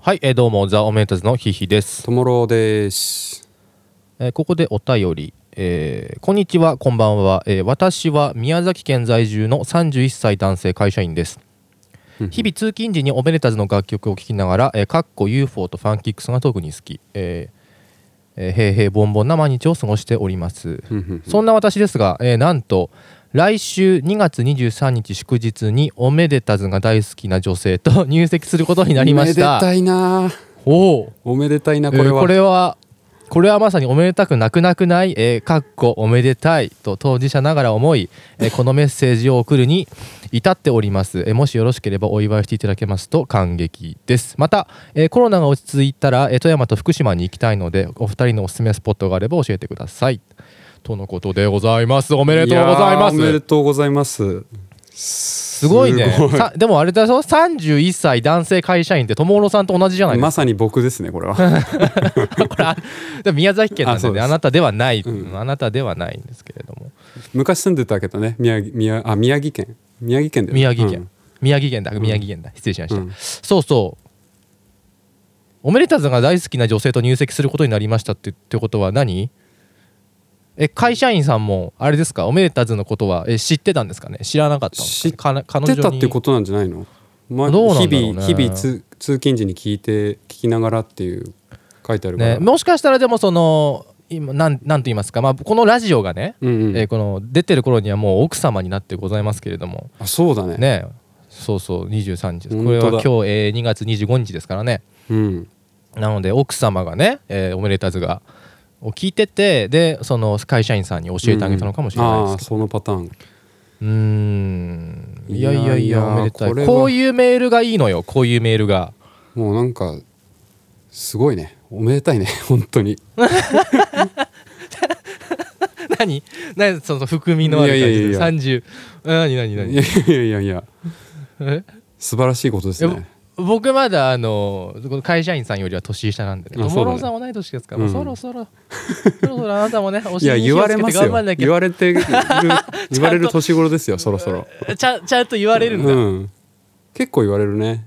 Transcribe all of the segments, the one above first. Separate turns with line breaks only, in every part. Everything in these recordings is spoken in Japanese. はい、えーどうも、ザ・オメンタズのヒヒです。
ともろです。
えーここでお便り、えーこんにちはこんばんは、えー私は宮崎県在住の31歳男性会社員です日々通勤時にオベレタズの楽曲を聴きながら、えー、かっこ UFO とファンキックスが特に好き、えーえー平平凡凡な毎日を過ごしております
ふんふん
そんな私ですが、えーなんと来週2月23日祝日にオメデタズが大好きな女性と入籍することになりました
おめでたいな。
おお
おめでたいな、こ
え
れ
ー
は。
これはこれはまさにおめでたくなくなくない、えーかっこおめでたいと当事者ながら思い、えーこのメッセージを送るに 至っております、えーもしよろしければお祝いしていただけますと感激ですまた、えーコロナが落ち着いたら、えー富山と福島に行きたいのでお二人のおすすめスポットがあれば教えてくださいとのことでございますおめでとうございま
やーおめですとうございます。す
すごいねさでもあれだぞ31歳男性会社員って友野さんと同じじゃ ないですか
まさに僕ですね、これ は。
これあでも宮崎県なん
あ
で,、
そう
ね、
です
あなたではない、あなたではないんですけれども
昔住んでたけどね、宮城、宮、あ、宮城県。宮城県だよね
宮城県、。宮城県だ宮城県だ失礼しました、
うん
そうそうおめでたずが大好きな女性と入籍することになりましたってってことは何え会社員さんもあれですかおめでたずのことはえ知ってたんですかね知らなかったんですかねか
うん
彼
知っ
女
てたっ
に
てことなんじゃないの。ま
どうなんだろうね
日々、日々通、通勤時に聞いて、聞きながらっていう。書いてあるか
ね、
ら。
もしかしたらでもその今なんなんと言いますか、まあ、このラジオがね、
うんう
えー
ん。
この出てる頃にはもう奥様になってございますけれども
あ、そうだね。
ねそうそう23日です
本
こ
当
れ
だ
は今日、えー2月25日ですからね
うん。
なので奥様がね、えーおめでたずがを聞いててでその会社員さんに教えてあげたのかもしれない
あ
で
あー、
すけ
そのパターン。
どうーんいやいやい
いやい
や
や
おめでたい
これは
こういうメールがいいのよこういうメールが
もうなんかすごいねおめでたいね 本当にい
何何その含みのある感じ
いやいやい
30何
や
何
や
何
いやいやいや
え
素晴らしいことですね
僕まだあのこの会社員さんよりは年下なんでね
あ
友
そうだね
郎さんも同い年ですから、
うん
そろそろそろそろあなたもねお
いや
尻に火
言
を
わ
つ
れ
け
ま
て
すよ
頑張んなきゃ
言わ れてる言われる年頃ですよそろそろ
ちゃんちゃんと言われるんだ、
うん結構言われるね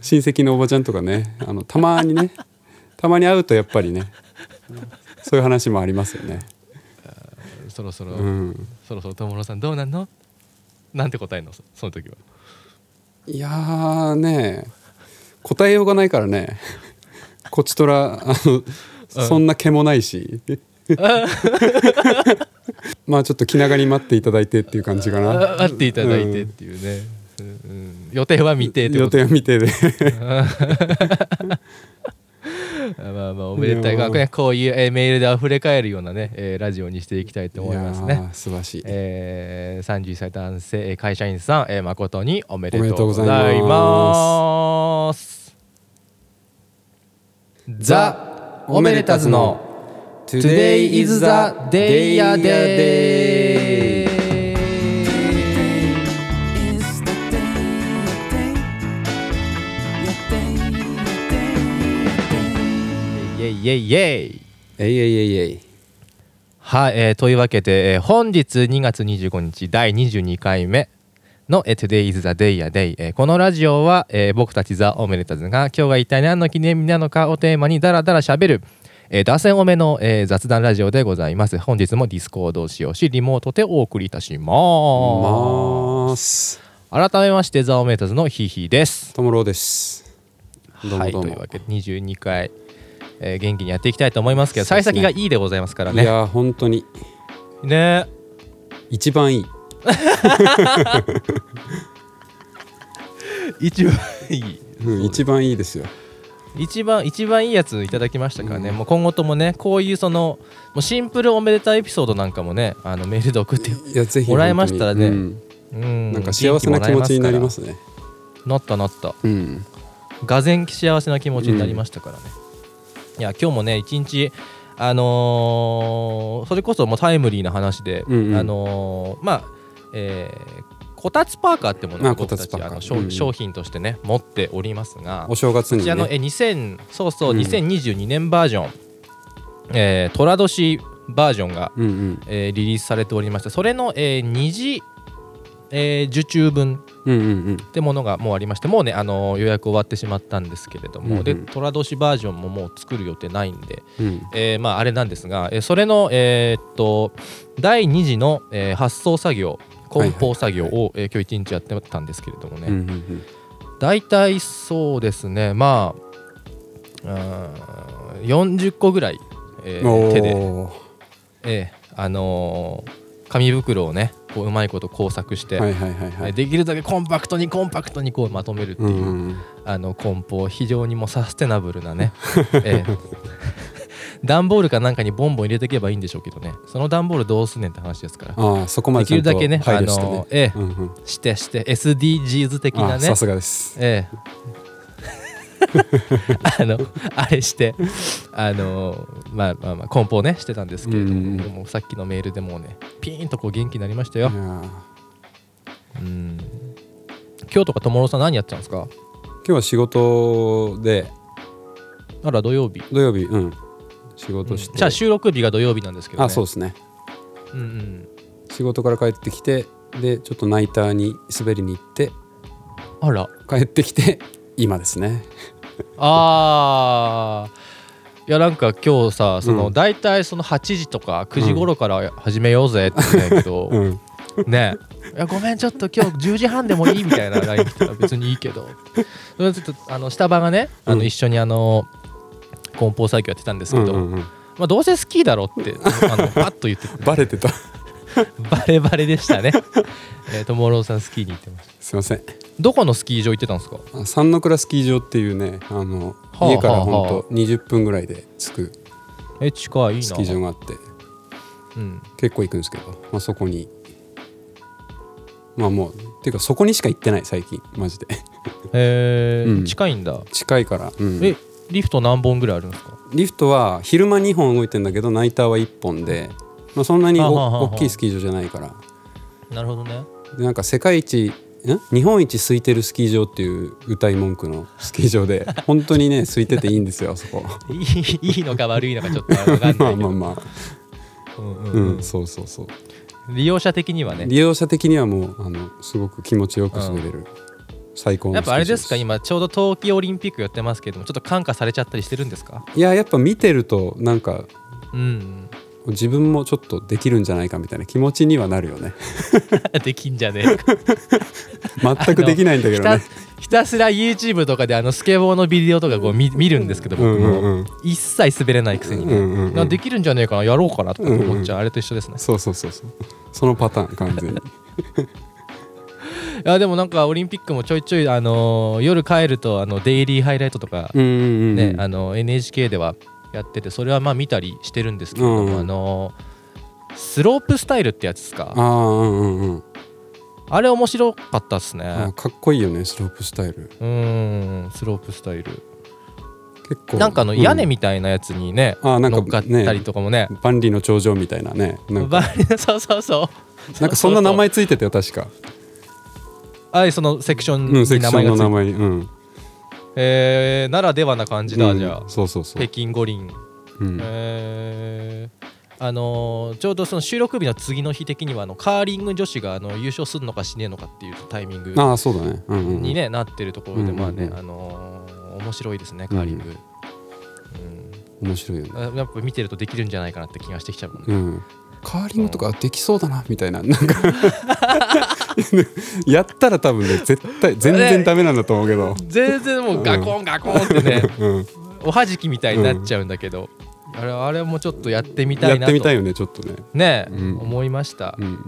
親戚のおばちゃんとかねあのたまにねたまに会うとやっぱりねそういう話もありますよね
そろそろ、
うん
そろそろ友野さんどうなんのなんて答えんのそその時はい
やーね答えようがないからねこちとらあの、そんな毛もな いしまあちょっと気長に待っていただいてっていう感じかな
会っていただいてっていうね、うんうん予定は未定って
予
こと
定は未定で
あまあまあおめでたいがねこういう、えーメールであふれ返るようなね、えーラジオにしていきたいと思います
いや
ね
ー素晴らしい、
えー、31歳男性えー会社員さん、えー誠におめで
おめで
と
と
う
う
ご
ご
ざ
ざ
い
い
ますザ・おめでたずの Today is the day ya day.
Is the day, your day, your day, your day.
イェイイェイイェイ
えいえいえいえい
はい、えーというわけで、えー本日2月25日第22回目の「えー Today is the day ya day、えーこのラジオは、えー僕たちザ・オメレタズが今日が一体何の記念日なのかをテーマにダラダラしゃべる、えー、打線おめの、えー雑談ラジオでございます本日もディスコードを使用しリモートでお送りいたしま
ます
す改めましてザ・オメレタズのヒヒです
ともろうですどう
は
も
い
どう
とい
も、
うわけで22回、えー元気にやっていきたいと思いますけど
そう
幸
ですね
先がいいでございますから
い、
ね
やー本当に
ね
一番いい
一番いい
うん、一番いいですよ
一番一番いいやついただきましたからね、もう今後ともねこういうそのもうシンプルおめでたいエピソードなんかもねあのメールで送って
いやぜひ
もらえましたらね
本当に
うん
うんなんか幸せな気持ちになりますね
なったなった
うん
がぜん幸せな気持ちになりましたからね、いや今日もね一日あのーそれこそもうタイムリーな話で、
うんうん
あのーまあえーこたつパーカーってもの
ま
を
あ
僕た
こた
ち
つパーカー
あの商
うんうん
商品としてね持っておりますが
お正月
こ
に
ちらの
ね
え2000そうそう、
うん
2022年バージョン、えー、寅年バージョンが、
うんうん
えーリリースされておりましたそれの、えー、2次、えー受注分
うんう
っ
ん
てものがもうありましてもうね、あのー予約終わってしまったんですけれども、
うんうん
で寅年バージョンももう作る予定ないんで、
うんうん
えーまああれなんですが、えーそれの、えーっと第2次の、えー発送作業梱包作業を、
は
えー今日一日やってたんですけれどもね、
うんうん
大体そうですねまあうーん40個ぐらい、えー
おー
手で、えーあのー紙袋をねこううまいこと工作して、
はいはいはいは
えー
い
できるだけコンパクトにコンパクトにこうまとめるっていうう、
んうん
あの梱包非常にもうサステナブルなね、 ええ、段ボールかなんかにボンボン入れていけばいいんでしょうけどねその段ボールどうすんねんって話ですから
ああそこま
で
で
き
ちゃ
る
んと
だけね
配
あ
慮して
の
ね
ええ
うんうん
してして SDGs 的
あ
な
あ
ね
さすがです
え えあのあれしてあのまあまあまあ梱包ねしてたんですけれども,、
うんうん
もうさっきのメールでもうねピーンとこう元気になりました
いや
よ、
ー
うん今日とか友郎さん何やってたんですか
今日は仕事で
あら土曜日
土曜日うん仕事して、
じゃあ収録日が土曜日なんですけど、ね、
あそうですね
うんうん
仕事から帰ってきてでちょっとナイターに滑りに行って
あら
帰ってきて今ですね
あーいやなんか今日さその、
うん
大体その8時とか9時頃から始めようぜって言うんだけど、
うん
ねえいやごめんちょっと今日10時半でもいいみ たいな LINE 来たら別にいいけどそれでちょっとあの下場がねあの、
うん
一緒にあの梱包作業やってたんですけ
うん
ど、
うんうん
まあ、どうせスキーだろってあ のパッと言って
バレてた
バレバレでしたねえーともろうさんスキーに行ってました
すいません
どこのスキー場行ってたんですか
あ三ノ倉スキー場っていうねあの、
はあ
家から
はあ
ほん
は
と20分ぐらいで着く
え近いいいな
スキー場があって
うん
結構行くんですけど、まあ、そこにまあもうっていうかそこにしか行ってない最近マジで
えー
うん
近いんだ
近いから、うん
えリフト何本ぐらいあるんですか
リフトは昼間2本動いてんだけどナイターは1本で、まあ、そんなに
は
お
あはあはあ
大きいスキー場じゃないから
なるほどね
でなんか世界一ん日本一空いてるスキー場っていう歌い文句のスキー場で本当にね空いてていいんですよあそこ
いいいいのか悪いのかちょっと分かんな
まあ
いけ
まあ
ど
まあ
うんう
うんん、
うん
そうそうそう
利用者的にはね
利用者的にはもうあのすごく気持ちよく滑れる、最高の
やっぱあれです
ス
か
キー場
今ちょうど冬季オリンピックやってますけどもちょっと感化されちゃったりしてるんですか
いややっぱ見てるとなんか
うん
自分もちょっとできるんじゃないかみたいな気持ちにはなるよね
うんできんじゃね えか
全くできないんだけ
ひ
ど
た
ね
ひたすら YouTube とかであのスケボーのビデオとかこう見見るんですけど僕
うんうん
も
うん
一切滑れないくせにね、
うんうんうん
なできるんじゃねえかなやろうかなとか思っちゃう、あれと一緒ですね
そうそうそうそうそのパターン完 全に
いやでもなんかオリンピックもちょいちょい、あのー夜帰るとあのデイリーハイライトとか、
うんうんうん
ねあの NHK ではやっててそれはまあ見たりしてるんですけれども、
うん
あのースロープスタイルってやつですか
あ
あ
あうんうんうん
れ面白かったっす
あー
ね
かっこいいよねスロープスタイル
うーんスロープスタイル
結構
なんかあの屋根
み
みたいなやつにね、
あーなんか
乗っかったりとかもね
万里の長城みたいなねなん か
バリそうそうそう
なんかそんな名
う
前ついてたよ確か
うそうあそのセクション
うん
に
セク
名
ショ
前
ン
が
の
つい
名
て、
前にうん
えーならではな感じだ、
うん
じゃあ
そうそうそう
北京五輪
うん
えーあのーちょうどその収録日の次の日的にはあのカーリング女子があの優勝するのかしねえのかっていうタイミング
ああそうだねうんうんうん
に、ねなってるところ
うん
で、
うんうん
まあね、あのー面白いですねカーリング、
面白いよね
うんやっぱ見てるとできるんじゃないかなって気がしてきちゃうもんね、
うんカーリングとかできそうだなみたいななんか やったら多分ね絶対全然ダメなんだと思うけど
全然もうガコンガコンってね、
うん
おはじきみたいになっちゃうんだけど、あれあれもちょっとやってみた
や
い
っ
なと
てみたいよねちょっとね
ね、
うん
思いました、
うん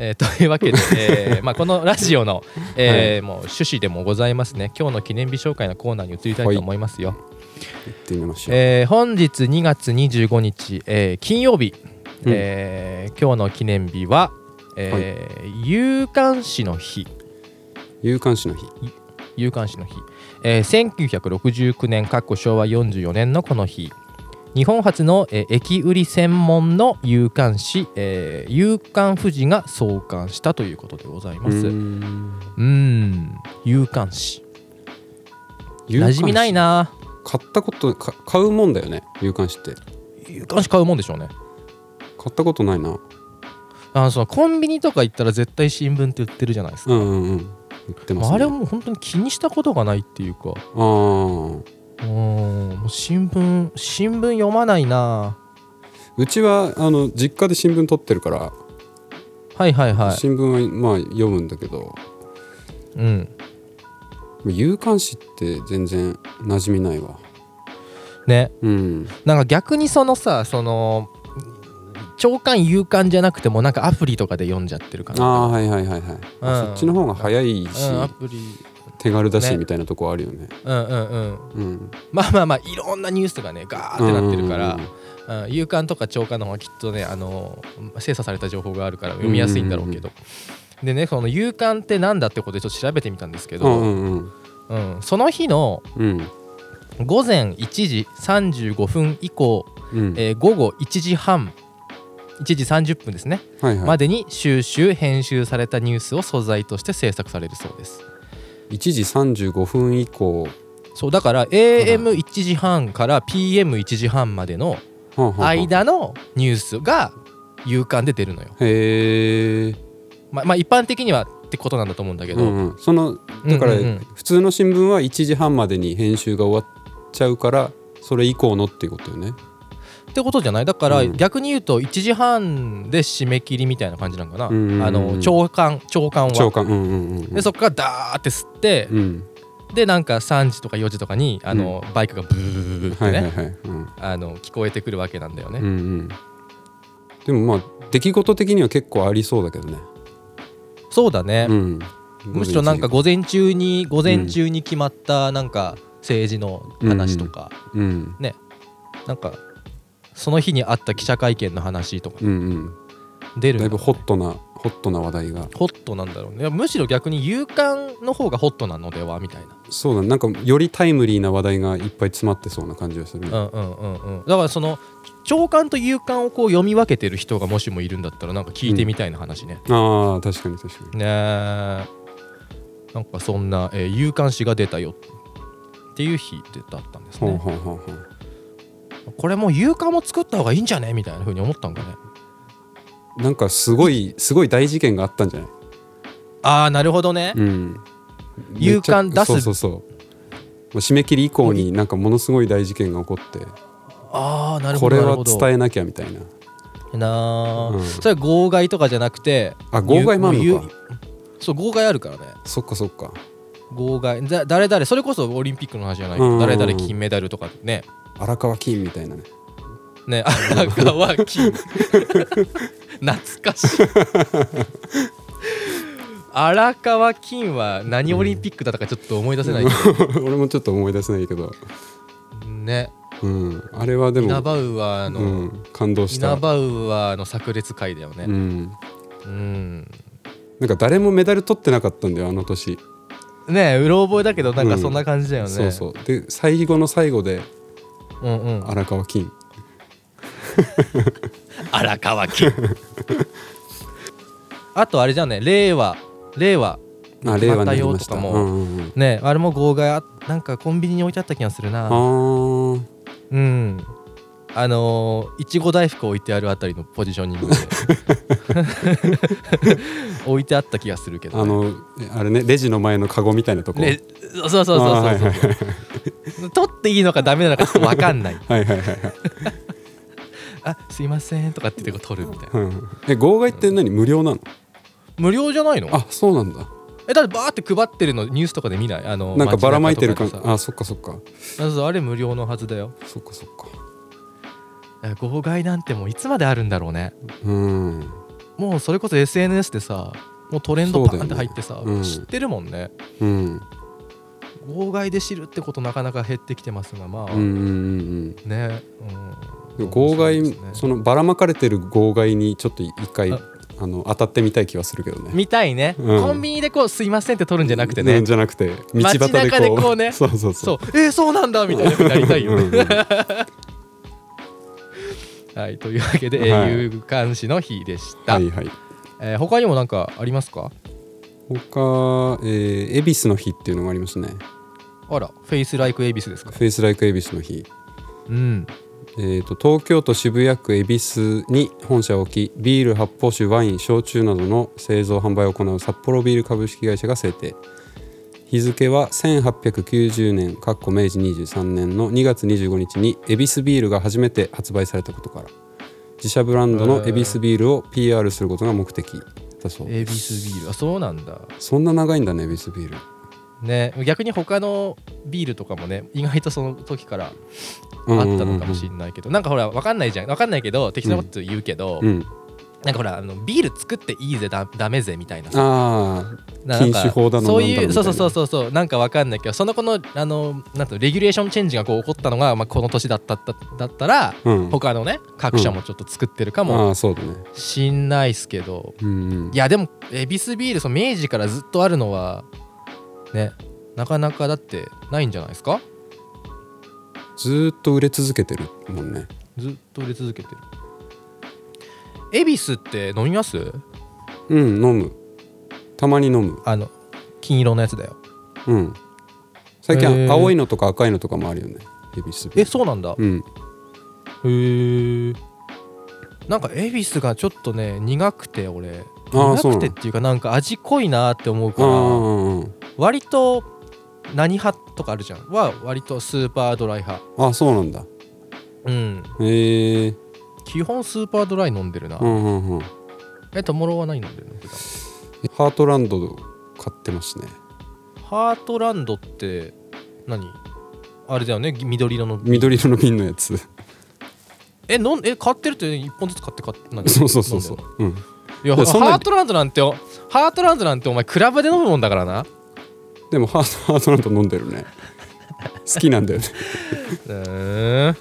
えーというわけ で、えーまあ、このラジオの、えーもう趣旨でもございますね今日の記念日紹介のコーナーに移りたいと思いますよ、
やってみましょう
えー本日2月25日、えー金曜日、
うん
えー今日の記念日は、えー有刊誌の日
有観視の日
有刊誌の日、えー1969年かっこ昭和44年のこの日日本初の、えー駅売り専門の有刊誌、えー有刊富士が創刊したということでございます、
うーん
うーん有感誌
有
馴
観視
染みないな
買ったことか買うもんだよね有観視って
有感誌買うもんでしょうね
買ったことないな
あのそのコンビニとか行ったら絶対新聞って売ってるじゃないですか、
うんうんうん言ってます、
まああれ
ね、
はもう本当に気にしたことがないっていうか
あー
うーんもう新聞新聞読まないな
うちはあの実家で新聞取ってるから、
はいはいはい、
新聞はまあ読むんだけど
うん、
有刊誌って全然馴染みないわ
ね
うん
なんか逆にそのさその長官有刊じゃなくてもなんかアプリとかで読んじゃってるか
あ
な
あはいはいはいはい、あそっちの方が早いし、
うん、アプリ
手軽だし、
ね
みたいなとこあるよね
うんうんうん
うん
まあまあまあいろんなニュースとかねガーってなってるから、
うんうん
うん、夕刊とか朝刊の方がきっとねあの精査された情報があるから読みやすいんだろうけど、でねその夕刊ってなんだってことでちょっと調べてみたんですけ
う
ど、
んうん
うんその日の
うん
午前1時35分以降、
うん
えー午後1時半1時30分ですね、
はいは
ま
い、
でに収集編集されたニュースを素材として制作されるそうです
1時35分以降、
そうだから AM1 時半から PM1 時半までの
はあはあはあ
間のニュースが夕刊で出るのよ
へえ、
ままあ一般的にはってことなんだと思うんだけ
う
ど、
んうん、そのだから
うんうんうん
普通の新聞は1時半までに編集が終わっちゃうからそれ以降のっていうことよね
ってことじゃないだから
うん
逆に言うと1時半で締め切りみたいな感じなんかな、
うんうんうん
あの長官長官は
長官うんうんうんうん
でそっからダーって吸って、
うん
でなんか3時とか4時とかにあの、バイクがブーブーブーブーって
は
ね、
いはいはいうん
あの聞こえてくるわけなんだよね、
うんうんでもまあ出来事的には結構ありそうだけどね
そうだね、
うん
むしろなんか午前中に午前中に決まったなんか政治の話とか、
うん
なんかその日にあった記者会見の話とか
うんうん
出るん
だ
だろうね
いぶホットなホットな話題が
ホットなんだろうねいやむしろ逆に勇敢の方がホットなのではみたいな
そうだねなんかよりタイムリーな話題がいっぱい詰まってそうな感じがするね
うんうんうんうんだからその長官と勇敢をこう読み分けてる人がもしもいるんだったらなんか聞いてみたいな話ね、
ああ確かに確かに
ねえなんかそんな、えー勇敢誌が出たよっていう日だったんです
ほう
ね
ほうほうほう
これもう勇敢も作った方がいいんじゃねみたいな風に思ったんかね
なんかすごいすごい大事件があったんじゃない
ああなるほどね、
うん
夕刊
めっちゃ
出す
そうそうそうもう締め切り以降になんかものすごい大事件が起こって
ああなる
こ
ほど
れ
なる
は
ほど
伝えなきゃみたいな
なあ、
うん
それは号外とかじゃなくて
あ号外もあんのか
ゆゆそう号外あるからね
そっかそっか
号外だ誰々それこそオリンピックの話じゃないけ
うんうん
ど
うん
誰々金メダルとかね
荒川金みたいなね
ね荒川 金懐かしい荒川金は何オリンピックだったかちょっと思い出せないけ
俺もちょっと思い出せないけど、
どね
うん、あれはで
イナ
も、
バウアーの、
うん、感動し
イ
た
ナバウアーの炸裂会だよ
う
ね
ん、
うん、
なんか誰もメダル取ってなかったんだよあの年、
ねえうろ覚えだけどなんかそんな感じだよね、
そうそうで最後の最後で
うんうん
荒川金
荒川 金あとあれじゃんね令和令和
あ令和になりました
またよとかも
うんうんうん、
ねあれも号外あなんかコンビニに置いてあった気がする
あ
な
ー
うんあのーいちご大福置いてあるあたりのポジショニ ングで置いてあった気がするけど、ね、
あのえあれねレジの前のカゴみたいなとこ、
ねそうそうそう
あ
そう
ー
そうそう、取っていいのかダメなのかちょっと分かんない
はいはいはいはい、
あすいませんとかって言ってこう取るみたいな
うん、え号外って何無料なの
無料じゃないの
あそうなんだ
えだってバーって配ってるのニュースとかで見ないあの
なんかばらまいてる
街
感
中とかでさ
あそっかそっか
そうそうあれ無料のはずだよ
そっかそっか
だから号外なんてもういつまであるんだろうね
うん
もうそれこそ SNS でさもうトレンドパーンって入ってさ、
そうだよねうん
知ってるもんね
うん
号外で知るってことなかなか減ってきてますがまあ、
うんうんうん
ね、う
う
んん、
号
面白
外、
いです
そ
ね
のばらまかれてる号外にちょっと一回
あ
あの当たってみたい気はするけどね
見たいね、
うん
コンビニでこう「すいません」って取るんじゃなくてね
ねじゃなくて道
街
端でこう
中でこうね
そうそうそ
そううえー、そうなんだみたいな風になりたいよね、
うんうん
はいというわけで英
はい
雄監視の日でした、
はいはい
えー他にも何かありますか
他、えー、恵比寿の日っていうのがありますね
あらフェイスライクエビスですか
フェイスライク恵比寿の日
うん
えー、と東京都渋谷区恵比寿に本社を置きビール発泡酒ワイン焼酎などの製造販売を行う札幌ビール株式会社が制定日付は1890年かっこ明治23年の2月25日に恵比寿ビールが初めて発売されたことから自社ブランドの恵比寿ビールを PR することが目的だそう
エビスビールあそうなんだ
そんな長いんだね恵比寿ビール
ね逆に他のビールとかもね意外とその時からあったのかもしれないけど、なんかほら分かんないじゃん分かんないけど適当なこと言うけど、
うん
なんかほらあのビール作っていいぜだダメぜみたいなさ
あ
ななんか
禁酒法だの
そう
なん
い
だのみたいうな
そうそうそうそうそうなんかわかんないけどその子のあのなんとレギュレーションチェンジがこう起こったのが、まあ、この年だっただだったら、
あうん
他のね各社もちょっと作ってるか
あ
も
あそうだね
しんないっすけど、
うんうん
いやでも恵比寿ビールその明治からずっとあるのはねなかなかだってないんじゃないですか
ずーっと売れ続けてるもんね
ずっと売れ続けてる恵比寿って飲みます
うん飲むたまに飲む
あの金色のやつだよ
うん最
へ
近
ー
青いのとか赤いのとかもあるよね恵比寿
えそうなんだ、
うん
へえなんか恵比寿がちょっとね苦くて俺
あー
苦
そうな
くて
の
っていうかなんか味濃いなって思う
あ
から
ー
割と何派とかあるじゃんは割とスーパードライ派
あそうなんだ
うん
へえ
基本スーパードライ飲んでるな、
うんうんうん
えともろは何飲んでるの普段
ハートランド買ってますね
ハートランドって何あれだよね緑色の
緑色の瓶のや つ
え飲んえ買ってるって1本ずつ買って買って何
そうそうそうそ
飲んで
う
んの
うん
いや
いやそんなに
ハートランドなんてハートランドなんてお前クラブで飲むもんだからな
でもハートハートランド飲んでるね好きなんだよね
うーん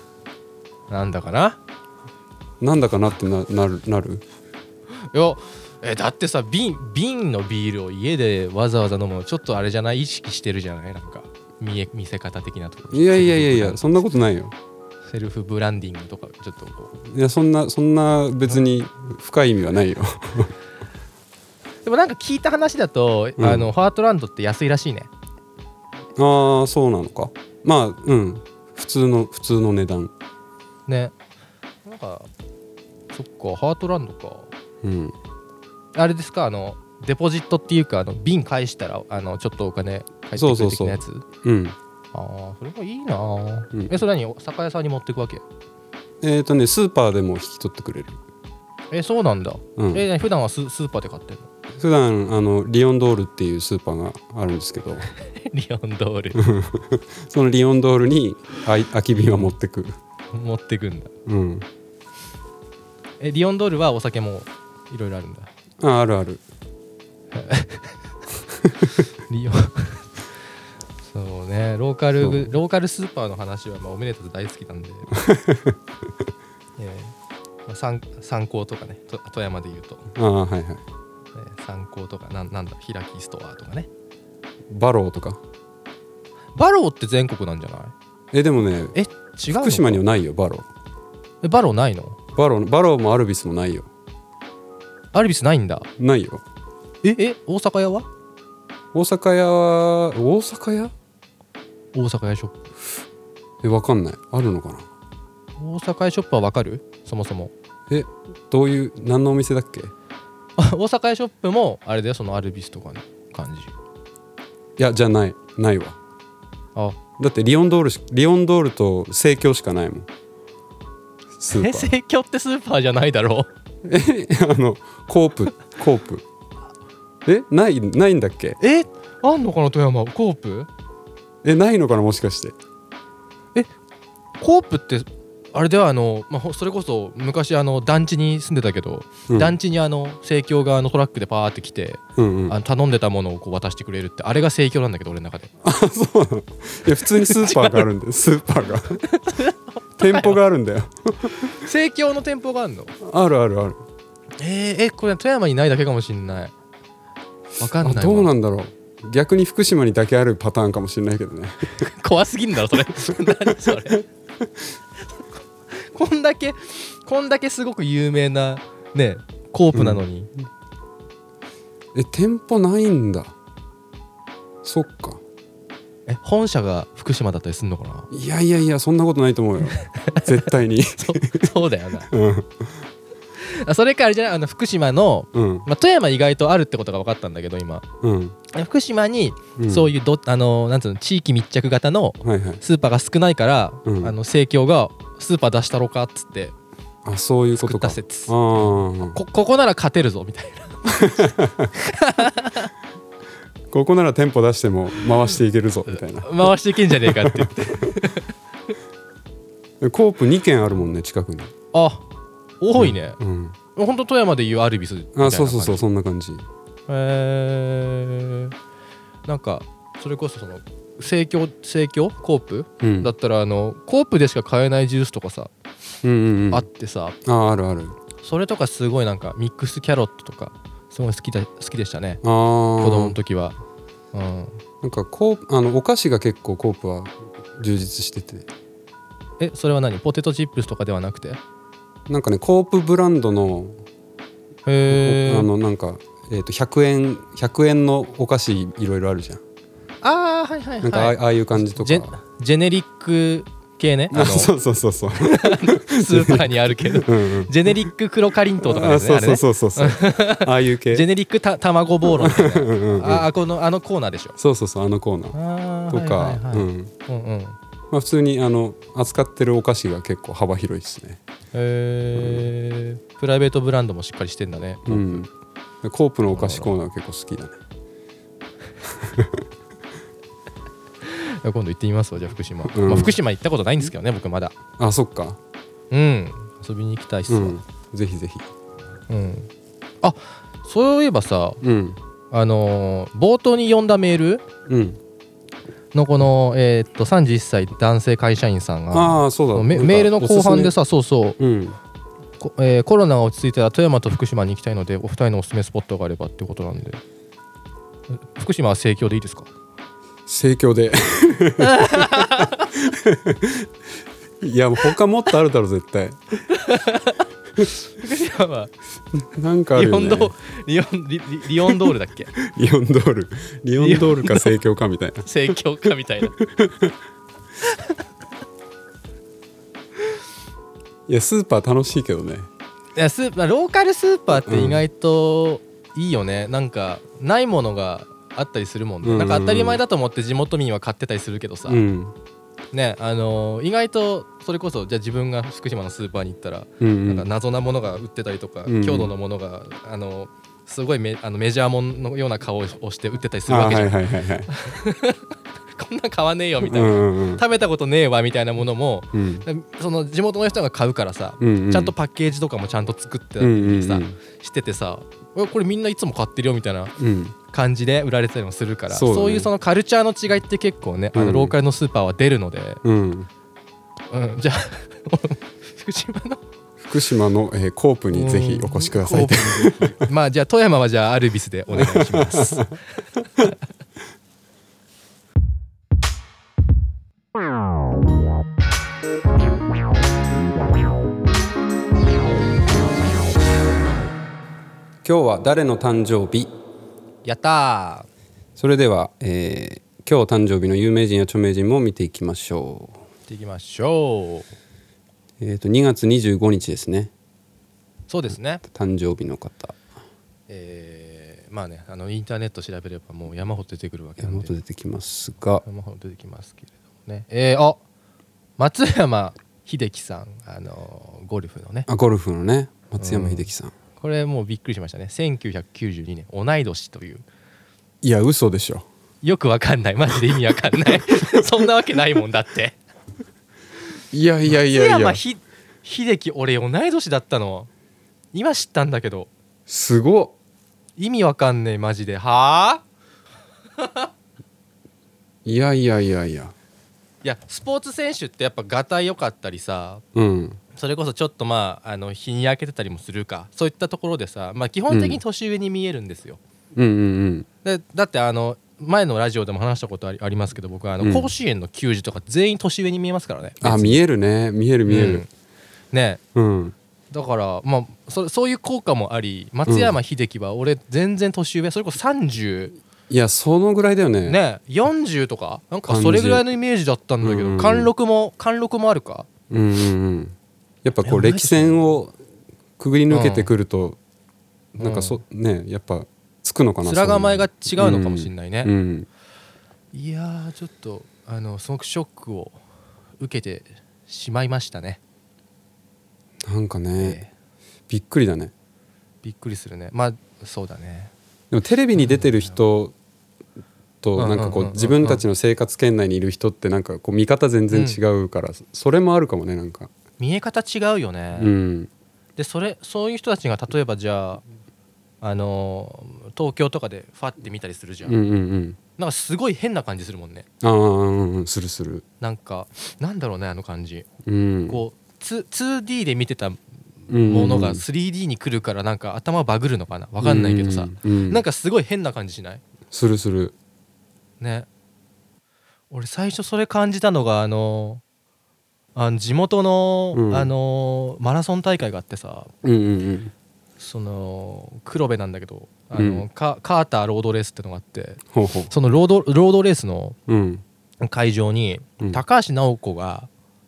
なんだかな
なんだかなってななるなる
いやえだってさ瓶瓶のビールを家でわざわざ飲むのちょっとあれじゃない意識してるじゃないなんか見え見せ方的なところ
いやいやいやいや
セ
そんなことないよ
ルフセルフブランディングとかちょっとこ
いやそんなそんな別に深い意味はないよ
うでもなんか聞いた話だと、
うん
あのハートランドって安いらしいね
ああそうなのかまあうん普通の普通の値段
ねなんかそっかハートランドか
うん
あれですかあのデポジットっていうかあの瓶返したらあのちょっとお金返ってく
そう
る
そう
的
そう
なやつ
うん
ああそれもいいなあ、
うん
えそれ何酒屋さんに持ってくわけ
えっ、とねスーパーでも引き取ってくれる
えそうなんだ、
うん
え普段はススーパーで買ってんの
普段あのリオンドールっていうスーパーがあるんですけど
リオンドール
そのリオンドールにあい空き瓶は持ってく
持ってくんだ
うん
えリオンドールはお酒もいろいろあるんだ
ああるある
リオン そうねローカル
そ
グ
う
ローカルスーパーの話は、まあ、おめでとう大好き なんで、ええまあ、参参考とかねと富山で言うと、
ああはいはい
ええ参考とかなんなんだ開きストアとかね
バローとか
バローって全国なんじゃない
えでもね
え違うの
福島にはないよバロー
えバローないの
バローバローもアルビスもないよ
アルビスないんだ
ないよ
ええ大阪屋は
大阪屋は大阪屋
大阪屋ショップ
えわかんないあるのかな
大阪屋ショップはわかるそもそも
えどういう何のお店だっけい
あ大阪屋ショップもあれだよそのアルビスとかの感じ
やじゃないないわ
あ
だってリオンドールしリオンドールと生協しかないもんス
え
ー
生協ってスーパーじゃないだろ
パー あのコープコープえないないんだっけ
うえあんのかな富山コープ
えないのかなもしかして
コープってあれではあの、まあほ、それこそ昔あの団地に住んでたけど、
うん
団地にあの生協があのトラックでパーって来て、
うんうん
あの頼んでたものをこう渡してくれるってあれが生協なんだけど俺の 中で
あそうなのいや普通にスーパーがあるんだよスーパ ーが店舗があるんだよ
生協の店舗があるの
あるあるある
えー、えこれ富山にないだけかもしんないわかんな
あ
いわ
どうなんだろう逆に福島にだけあるパターンかもしれないけどね
怖すぎんだ ろそれ何それこんだけこんだけすごく有名なねコープなのに、
え店舗ないんだそっか
え本社が福島だったりするのかな
いやいやいやそんなことないと思うよ絶 対に
そうそうだよな
うん
あそれかあれじゃないあの福島の、
うん
まあ、富山意外とあるってことが分かったんだけど今
うん
福島に
うん
そういうど、あのなんつうの地域密着型の
はいはい
スーパーが少ないから、
うん
あの生協がスーパー出したろかっつって
あそういうこ
作
と
った
か
せっつ
あー
こここなら勝てるぞみたいな
ここなら店舗出しても回していけるぞみたいな
回していけんじゃねえかって言 って
コープ2軒あるもんね近くに
あ多いね、
うん
ほんと富山でいうアルビスみたいな感
あ
じ
そうそうそうそんな感じ
えー、なんかそれこそその生協生協コープ、
うん
だったらあのコープでしか買えないジュースとかさ、
うんうんうん
あ
あ
ってさ
あるある
それとかすごいなんかミックスキャロットとかすごい好きだ好きでしたね
ああ
子供の時は、うん、
なんかコープあのお菓子が結構コープは充実してて
えそれは何ポテトチップスとかではなくてへ
なんかねコープブランドの
え
あのなんか、えー、と100円100円のお菓子いろいろあるじゃん
あーはいはい
なんかああ,、
はい
ああいう感じとか
ジェジェネリック系ねあ
あ
のス
そうそうそうそう
ーパーにあるけど
うん、うん、
ジェネリック黒かりんとうとか
あ
ですね
そう
あれ
そう
ね
そうそうそうああいう 系
ジェネリックた卵ボーロみたいな
うんうんうん
ああこのあのコーナーでしょ
そうそうそうあのコーナー
あ
とか、
はいはいはい
うん
うんうん
まあ、普通にあの扱ってるお菓子が結構幅広いですね、
えープライベートブランドもしっかりしてんだね
うん、コープのお菓子コーナー結構好きだね
今度行ってみますわじゃあ福島、
うん
まあ、福島行ったことないんですけどね僕まだ
あそっか
うん遊びに行きたいっす
う
わ
んぜひぜひ
うんあそういえばさ
うん
あのー冒頭に読んだメール
うん
のこの、えーっと31歳男性会社員さんが
ああーそうだ
メ
なんか
メールの後半で
おす
さそうそう
すめうん
こえーコロナが落ち着いたら富山と福島に行きたいのでお二人のおすすめスポットがあればってことなんでえ福島は盛況でいいですか
盛況 でいや他もっとあるだろ絶対
福島は
なんか
リ
ある
オ
よ
ン
ね
ドーリオンリリリオンドールだっ け
リオンドールリオンドールか盛況かみたいな
盛況かみたいない
やスーパー楽しいけどね
やスーパーローカルスーパーって意外といいよね、なんかないものがあったりするもんね、
うんうん
なんか当たり前だと思って地元民は買ってたりするけどさ、
うん
ねあのー意外とそれこそじゃあ自分が福島のスーパーに行ったら、
うんう
なんか
ん
謎なものが売ってたりとか、
うんうん
郷土のものがあのすごいメあのメジャーもんのような顔をして売ってたりす
あ
るわ
は
け
い
じゃん、
はいはいはい
こんなん買わねえよみ
う
たい
ん
な、
うん
食べたことねえわみたいなものも
うん
その地元の人が買うからさ、
うんうん
ちゃんとパッケージとかもちゃんと作ってた
うん
り
うんう
さ、
ん
しててさえこれみんないつも買ってるよみたいな
うん
感じで売られてたりもするからそ,、
そううだね
いうそのカルチャーの違いって結構ねあ
う
の
ん
ローカルのスーパーは出るので、
うん
うん、じゃあ 福島の
福島の、えーコープにぜひお越しくださいと
うんまあじゃあ富山はじゃあアルビスでお願いします。
今日は誰の誕生日
やった
それでは、えー今日誕生日の有名人や著名人も見ていきましょ
ー行っていきましょう。
うえっ、と2月25日ですね
そうですね。
誕生日の方
えーまあねあのインターネット調べればもう山ほど出てくるわけなん
山
で
本出てきますが
山ほど出てきますけれどもね。えー、あ松山英樹さんあのーゴルフのね
あゴルフのね松山英樹さん、
これもうびっくりしましたね1992年同い年という
いや嘘でしょ
よくわかんないマジで意味わかん ないそんなわけないもんだって
いやいやい
松
やい
山
や
ひ秀樹俺同い年だったの今知ったんだけど
すごっ
意味わかんねえマジではあ
いやいやいやいや
いやスポーツ選手ってやっぱがたい良かったりさ
うん
それこそちょっとまああの日に焼けてたりもするかそういったところでさ、まあ、基本的に年上に見えるんですよ、
うんうん
でだってあの前のラジオでも話したことありありますけど僕はあ
う
の
ん
甲子園の球児とか全員年上に見えますからね
うんあ見えるね見える見え
う
る
んね
うん
だからまあそそういう効果もあり松山英樹は俺全然年上、それこそ30
いやそのぐらいだよね
ね40とかなんかそれぐらいのイメージだったんだけ
うん
ど貫禄も貫禄もあるか
うんうんうんやっぱこう
いや
歴戦をくぐり抜けてくると、
うん
なんかそねやっぱつくのかな
面構えが違
そう
のかもしれないね、
うんうん
いやーちょっとあのすごくショックを受けてしまいましたね、
なんか
え
ねびっくりだね
ーびっくりするねまあそうだね
でもテレビに出てる人
うんう
と
ん
なんかこ
うん
う
うん
自分たちの生活圏内にいる人ってなんかこう見方全然違うから、それもあるかもねなんか
見え方違うよね、
うん
でそれそういう人たちが例えばじゃああのー東京とかでファって見たりするじゃ、
うんんうんうん
なんかすごい変な感じするもんね
ああうんうんするする
なんかなんだろうねあの感じ
うん
こうツ 2D で見てたも
うんうんうん
のが 3D に来るからなんか頭バグるのかなわかんないけどさ、
うんうん
なんかすごい変な感じしない
するする
ね俺最初それ感じたのがあのあの地元の、
うん
あのマラソン大会があってさ
うんうんうん
その黒部なんだけどあの、
うん
カカーターロードレースってのがあって
ほうほ
そのロードロードレースの
ううん
会場に、
うん
高橋尚子が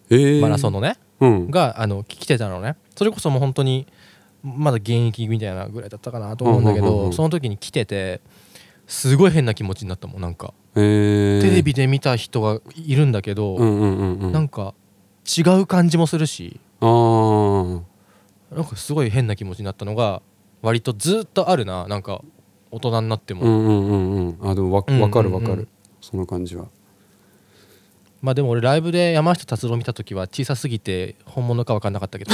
えー
マラソンのね、
うん
があの来てたのねそれこそもう本当にまだ現役みたいなぐらいだったかなと思うんだけ
うんうんうんう
ど
ん
その時に来ててすごい変な気持ちになったもんなんか
えー
テレビで見た人がいるんだけ
う
ど
んうんうんうん
な
あ
んか違う感じもするし
あー
なんかすごい変な気持ちになったのが割とずっとあるななんか大人になっても、
うんうんうんうんあでもわ
うんうんうん
わかるわかるその感じ は
まあでも俺ライブで山下達郎見た時は小さすぎて本物か分かんなかったけど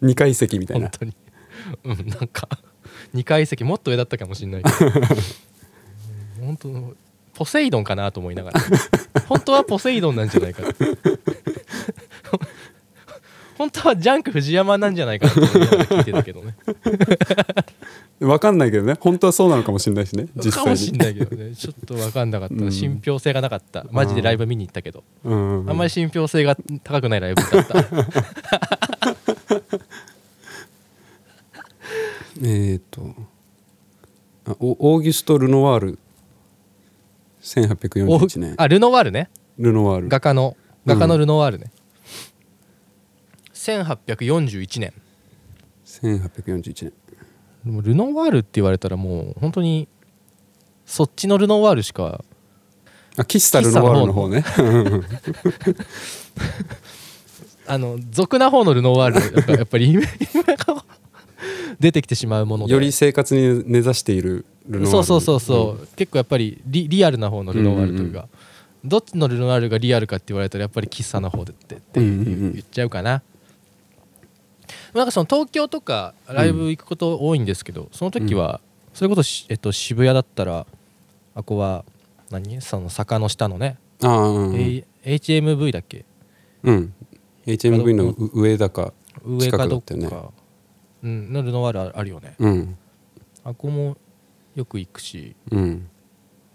二階席みたい
本
な
当に うんなんか2階席もっと上だったかもしれないけど うん本当ポセイドンかなと思いながら 本当はポセイドンなんじゃないかって 本当はジャンク藤山なんじゃないかなと思いながら聞いてたけどね
わかんないけどね本当はそうなのかもしれないしね 実
か
際
もしん
に
ないけどねちょっと分かんなかった、
うん
信憑性がなかったマジでライブ見に行ったけど、
うん
あんまり信憑性が高くないライブだった
えー、っとあオオーギュスト・ルノワール1841年
あルノワールね
ルノワール
画家の
う
画
ん
家のルノワールね、1841年
1841年
でもルノワールって言われたらもう本当にそっちのルノワールしか
あキッサ・ルノワールの方ね
あの俗な方のルノワールやっぱやっぱ り夢が出てきてしまうもので
より生活に根ざしているルノワール
そうそうそうそう、結構やっぱりリリアルな方のルノワールというか、どっちのルノワールがリアルかって言われたらやっぱり喫茶の方でってって
うんうんうん
言っちゃうかな、なんかその東京とかライブ行くこと多いんですけど、その時はそれこそし、えっと、渋谷だったらあこは何その坂の下のね、
ああうんうん、
A- HMV だっけ
うん、HMV のう上だか
上
近
か
くだ
どっ
った
か
よね
うん、のルノワールああるよね
うん
あこもよく行くし
うん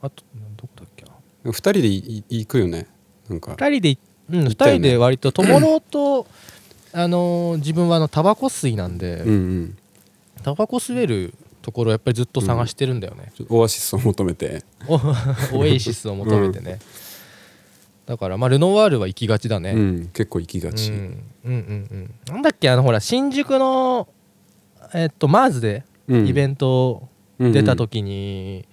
あとどこだっけな
2人でいい行くよねなんか
二人で、うん、二
行ったよね
人で割と友郎と、あのー自分はあのタバコ吸いなんで、
うんうん
タバコ吸えるところをやっぱりずっと探してるんだよね、
ちょっとオアシスを求めて
お オエイシスを求めてね、だからまあルノワールは行きがちだね、
う
うん
ん結構行きがち、
うんうんうんなんだっけあのほら新宿のえっとマーズでイベ
ン
ント
ト
出た時に、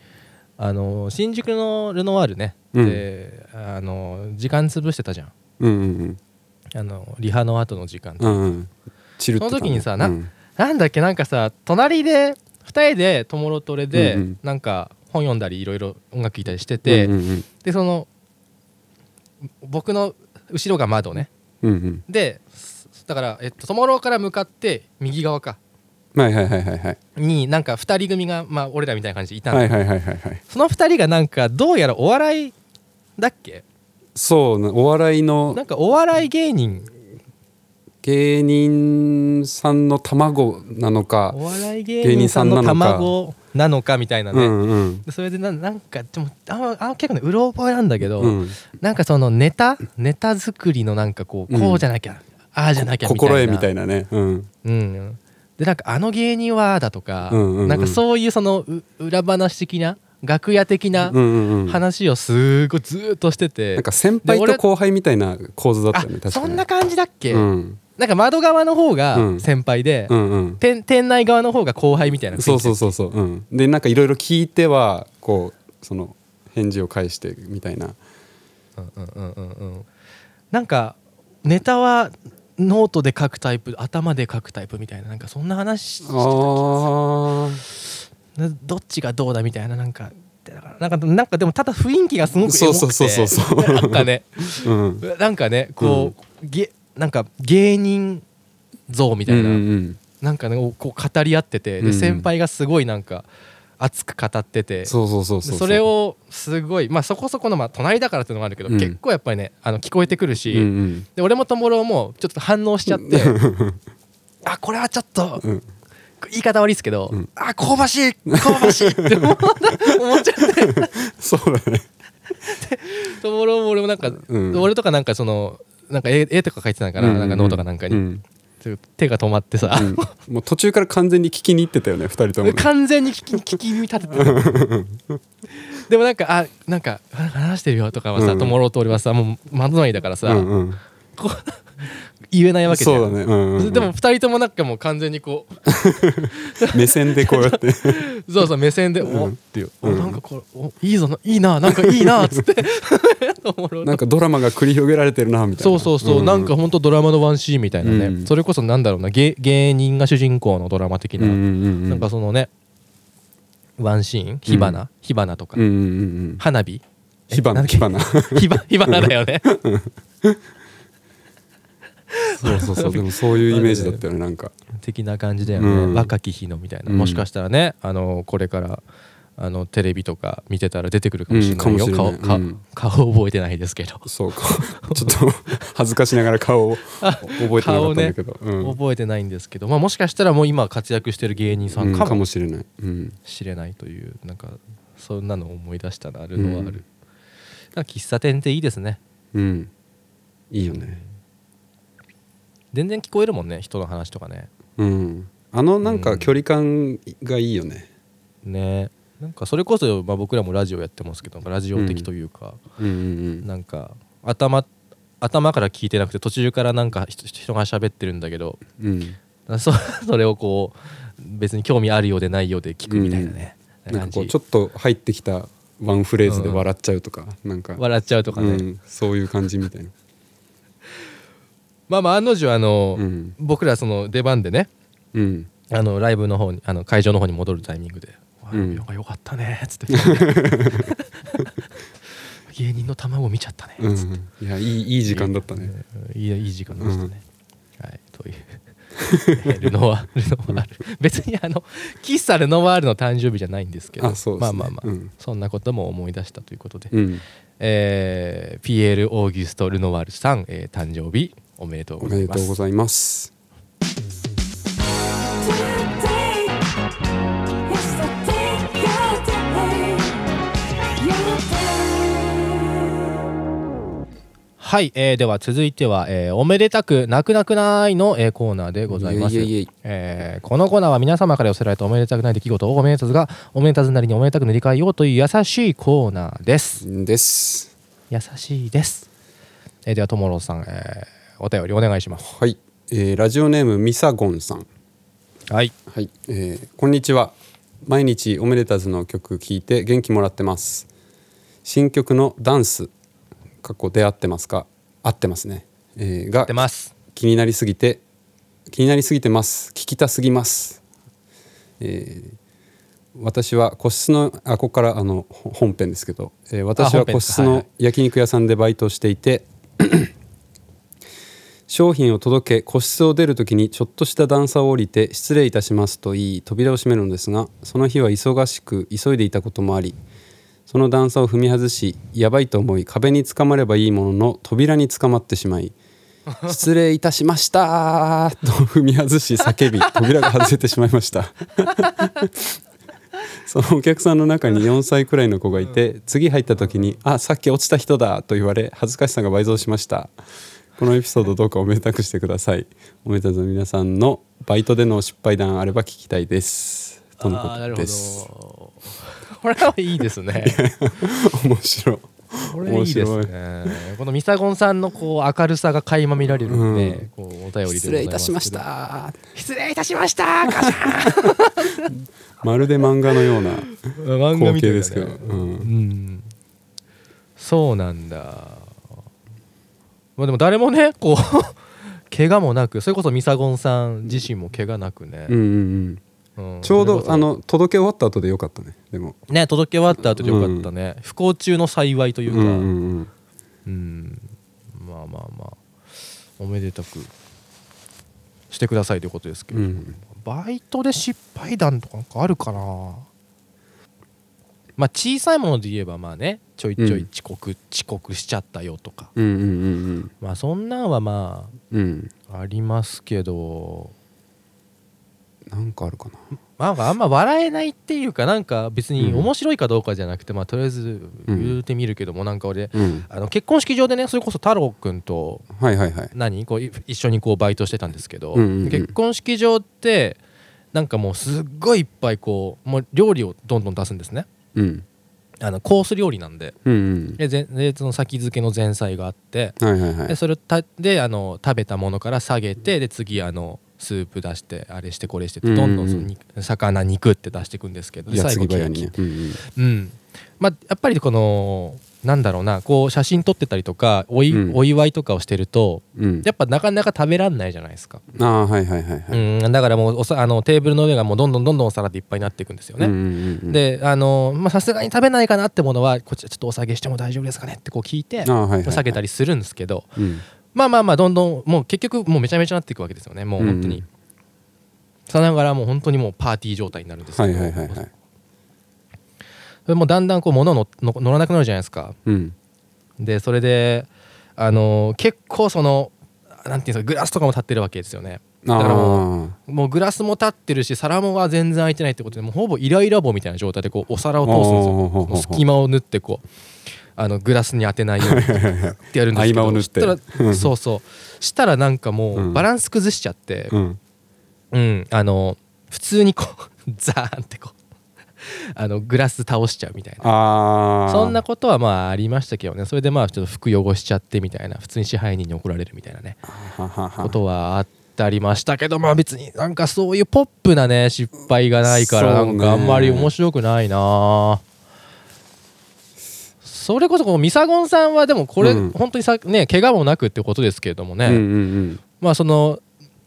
あのー新宿のルノワールね、であのー時間潰してたじゃん
うんうん
あのリハの後の時間
うんうんうんチルってた
その時にさな
うん
なんだっけなんかさ隣で2人で友郎と俺で、
うんうん
なんか本読んだりいろいろ音楽聴いたりしてて、
うんうん
でその僕の後ろが窓ね
うんうん
でだから、えっと、友郎から向かって右側か
うんはいはいはいはいはい
になんか2人組が、まあ、俺らみたいな感じでいたんだ
は
よ
いはいはいはいはい
その2人がなんかどうやらお笑いだっけ
そうなお笑いの
なんかお笑い芸人
芸人さんの卵なのか
お笑い芸人さんの
芸人さんなのか
卵なのかみたいな
う
ね、
んうん
でそれでななんかでもあんまあんま結構ねうろ覚えなんだけど、
うん
なんかそのネタネタ作りのなんかこう
うん
こうじゃなきゃ、ああじゃなきゃみたいな
心得みたいなねうん
うんでなんかあの芸人はだとか、
うんうんうん
なんかそういうそのう裏話的な楽屋的な
うんうんうん、な
話をすごいずーっとしてて、
んか先輩と後輩みたいな構図だったよね確か
あ
に
そんな感じだっけ、
うん
なんか窓側の方
う
が
ん
先輩で、
うんうん
店店内側の方が後輩みたいな
そうそうそうそう、うん、でなんかいろいろ聞いてはこうその返事を返してみたいな
うんうんうんうんうんなんかネタはノートで書くタイプ頭で書くタイプみたいななんかそんな話
あー
などっちがどうだみたいななんかだからなんかなんかでもただ雰囲気がすごくエモくて
そうそうそうそうそう
なんかね
うん
なんかねこう、げなんか芸人像みたいな、
うんうん
なんかねこう語り合ってて
うん
で
うん
先輩がすごいなんか熱く語って
う
て
ん、そうそうそう
で
そう
それをすごいまあそこそこのまあ隣だからっていうのもあるけど、
うん
結構やっぱりねあの聞こえてくるし、
うんうん
で俺も友郎もちょっと反応しちゃって あこれはちょっと
うん
言い方悪いですけど、
ん
あ香ばしい香ばしい って思った思っちゃって
そうだね
友郎も俺もなんか、
うん
俺とかなんかそのなんか絵絵とか書いてたから、
うんうん
なんかノートかなんかに、
うん
ちょっと手が止まってさ、
うんもう途中から完全に聞きに行ってたよね二人ともね
完全に聞き聞き耳立ててたでもなんかあなんかあ話してるよとかはさ
うん
友郎と俺はさもう窓ないだからさ、
うんうん
こう 言えないわけじゃん
そうだね、うんうんうん
でも二人ともなんかもう完全にこう
目線でこうやっ て
そうそう目線で「おっ」っていう「おなんかこれおいいぞないいななんかいいな」っつ っておもろい
なんかドラマが繰り広げられてるなみたい
そ
な
うそうそう、なんかほんとドラマのワンシーンみたいなね、
うん
それこそなんだろうな芸芸人が主人公のドラマ的
う
な、
んうんうん
なんかそのねワンシーン火花、火花とか、
うんうんうんうん
花火
火
なん
花
だっけ
火花
火花火花だよ ね
そうそうそうでもそういうイメージだったよねなんか
的な感じだよね、
うん
若き日のみたいな、
うん
もしかしたらねあのこれからあのテレビとか見てたら出てくるかもしれないよ、
うんかもしれない
顔
うん
顔顔覚えてないですけど、
そう かちょっと恥ずかしながら顔を覚えてなかったんだけど、うん、
覚えてないんですけど、まあ、もしかしたらもう今活躍してる芸人さ
うんん
か
か
も
もしれない、うん、
しれないというなんかそんなのを思い出したなるのはある、なんか喫茶店っていいですね
うん、いいよね
全然聞こえるもんね人の話とかね
うんあのなん
う
か
ん
距離感がいいよね
ねなんかそれこそ、まあ、僕らもラジオやってますけどラジオ的というか、
うんうん
なんか頭頭から聞いてなくて途中からなんか人人が喋ってるんだけど
うんうん
そ それをこう別に興味あるようでないようで聞くみたいなね、
なんかこ
感
う
じ
ちょっと入ってきたワンフレーズで笑っちゃうとか、なんか
笑っちゃうとかね、
うん、そういう感じみたいな、
まあまあ案の定あの、
うん
僕らその出番でね
うん、
あのライブの方にあの会場の方に戻るタイミングで「わあ
うん
よかよかったね」っつって 「芸人の卵見ちゃったね」
う
つっ
ん、いやいいいい時間だったね
ていいいい時間でしたね。はいというルノワー ルルノワール別にあの喫茶ルノワールの誕生日じゃないんですけど
あそうです
まあ
ね
まあまあ、
うん
そんなことも思い出したということで、
うん
えーピエール・オーギュスト・ルノワールさん、えー誕生日おめでとう
お
ござい
めで
ま
とうご
す。
ざいます
Today is the day, your day, your day.
はい、えーでは続いては、えーおめでたくなくなくない」の、えーコーナーでございます
いえいえい
えー
え
このコーナーは皆様から寄せられたおめでたくない出来事をおめでたずがおめでたずなりにおめでたく塗り替えようという優しいコーナーです
です
優しいです、えーではともろさん、えーお便りお願いします
はい、えーラジオネームミサゴンさん
はい
はい、えーこんにちは毎日オメレタズの曲聴いて元気もらってます新曲のダンス過去出会ってますか合ってますね、えーが
出ます
気になりすぎて気になりすぎてます聞きたすぎます、えー私は個室のあここからあのほ本編ですけど、えー私は
本編
個
です
室
はいは
の
い
焼肉屋さんでバイトをしていて、 商品を届け個室を出るときにちょっとした段差を降りて失礼いたしますと言い扉を閉めるのですがその日は忙しく急いでいたこともありその段差を踏み外しやばいと思い壁につかまればいいものの扉につかまってしまい 失礼いたしましたと踏み外し叫 び扉が外れてしまいま した。そのお客さんの中に4歳くらいの子がいて、次入った時に「あさっき落ちた人だ」と言われ恥ずかしさが倍増しましたこのエピソードどうかおめでたくしてくださいおめでたの皆さんのバイトでの失敗談あれば聞きたいですとのこ
あーな
と
るほ
です
どこれはいいです ね
面白い
これいいですねこのミサゴンさんのこう明るさが垣間見られるんで、
うん
こうお便りでございます
失礼いたしました
失礼いたしましたガシャ
まるで漫画のような
ン漫画
光
みたい
景
なね
ですけど、うん
うんそうなんだまあでも誰もねこう 怪我もなくそれこそミサゴンさん自身も怪我なくね
うん、うんうん
うん
ちょう
それこ
ど
そ
あの届け終わった後でよかったねでも
ね届け終わった後でよかったね、不幸中の幸いといううんか、
うんうん
うんまあまあまあおめでたくしてくださいということですけ
う
ど、
ん
バイトで失敗談とかなんかあるかなまあ小さいもので言えばまあねちょいちょい遅刻、遅刻しちゃったよとか
うんうんうん
まあそんなんはま
うんうん
あありますけど
なんかあるか
まあなんかあんま笑えないっていうかなんか別に
うん
面白いかどうかじゃなくてまあとりあえず
うん
言うてみるけどもなんか俺
なうん
あの結婚式場でねそれこそ太郎くんと
はいはいはい
何こうい一緒にこうバイトしてたんですけど、
うんうんうん
結婚式場ってなんかもうすっごいいっぱいこうもう料理をどんどん出すんですね
うん
あのコース料理なんで
うん
で前でその先付けの前菜があって
うんはいはいは
で
い
それたであの食べたものから下げてで次あのスープ出してあれしてこれしてってどんどんその肉魚肉って出していくんですけどで
やつぎ
ケ
早
ー
に
キ
ねうん
うんまあ、やっぱりこのなんだろうなこう写真撮ってたりとかおい、
うん
お祝いとかをしてると
うんうん
やっぱなかなか食べらんないじゃないですか、
ああはいはいはいはい
うん、だからもうおさあのテーブルの上がもうどんどんどんどんお皿でいっぱいになっていくんですよね、
うんうんうん
であのまあさすがに食べないかなってものはこちらちょっとお下げしても大丈夫ですかねってこう聞いて
ああはいはいはい
下げたりするんですけど
うん
まあまあまあどんどんもう結局もうめちゃめちゃなっていくわけですよねもう本当
う
に
ん
さながらもう本当にもうパーティー状態になるんです
は
け
い
ど
はいはいはい
それもだんだんこう物のの乗らなくなるじゃないですか
うん
でそれであの結構そのなんていうんですかグラスとかも立ってるわけですよねだからもう
あ
もうグラスも立ってるし皿もは全然空いてないってことでもうほぼイライラ棒みたいな状態でこうお皿を通すんですよ
おーほうほうほう
もう隙間を縫ってこうあのグラスに当てないようにってやるんですけど
合間を縫って
したらそうそうしたらなんかも
うん
うバランス崩しちゃって
あうん
うん、あの普通にこう ザーンってこうあのグラス倒しちゃうみたいな
ああ
そんなことはまあありましたけどねそれでまあちょっと服汚しちゃってみたいな普通に支配人に怒られるみたいなね
ははは
ことはあったりましたけどまあ別になんかそういうポップなね失敗がないから
そ
な
うね
んかあんまり面白くないなそれこそこのミサゴンさんはでもこれ
うん
本当にさね怪我もなくってことですけれどもね、
うんうん
まあその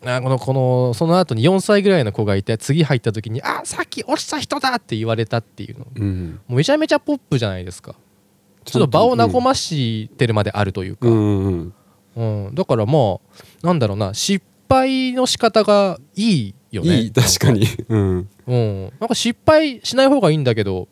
あこのこのその後に4歳ぐらいの子がいて次入った時に「あさっき落ちた人だ!」って言われたっていうのも
うんうん
うめちゃめちゃポップじゃないですかちょっと場を和ましてるまであるというか、
うんうんうん
うん、だからまあなんだろうな失敗の仕方がいいよね
いい確かにうん
うん、なんか失敗しない方がいいんだけど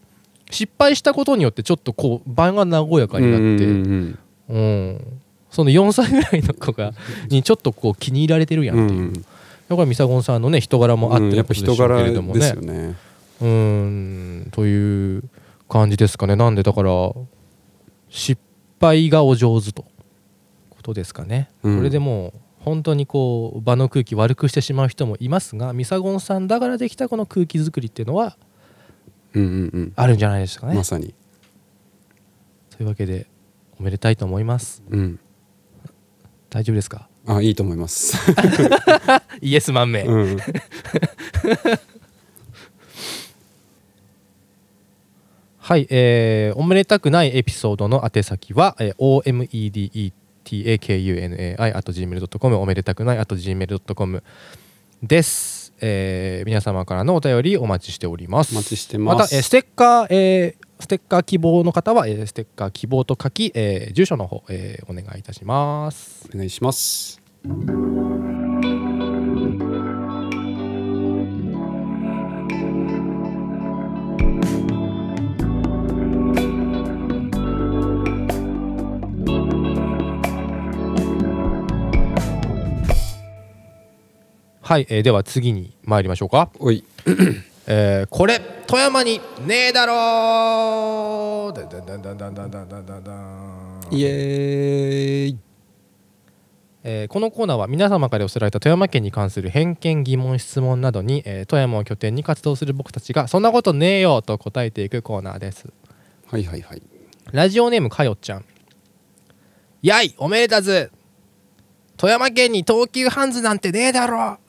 失敗したことによってちょっとこう場が和やかになって、
う
うん
んうん
その4歳ぐらいの子がにちょっとこう気に入られてるや
うん
って
ん
いう、
うん
だからミサゴンさんのね人柄もあっ
うん
て
や
る
っ
こと
ぱ
でし
人
ょうけ
柄
れどもね
ですよね
うんという感じですかねなんでだから失敗がお上手とことですかね、
うん
これでもう本当にこう場の空気悪くしてしまう人もいますがミサゴンさんだからできたこの空気作りっていうのは
うんうん
あるんじゃないですか
う
ね、
んまさに
というわけでおめでたいと思います
うん
大丈夫ですか
あいいと思います
イエスマン名、
うん
はい、えー、おめでたくないエピソードの宛先は、えー、omedetakunai.gmail.com おめでたくない at .gmail.com です、えー皆様からのお便りお待ちしております
お待ちしてます
また、えーステッカー、えーステッカー希望の方は、えーステッカー希望と書き、えー住所の方、えーお願いいたします
お願いします
はい、えーでは次に参りましょうか
おい
えーこれ富山にねえだろーだんだんだんだんだんだんだんだんだん
イエーイ
えーこのコーナーは皆様から寄せられた富山県に関する偏見疑問質問などに、えー富山を拠点に活動する僕たちが「そんなことねえよ!」と答えていくコーナーです
はいはいはい
ラジオネームかよちゃんやいおめでたず富山県に東急ハンズなんてねえだろ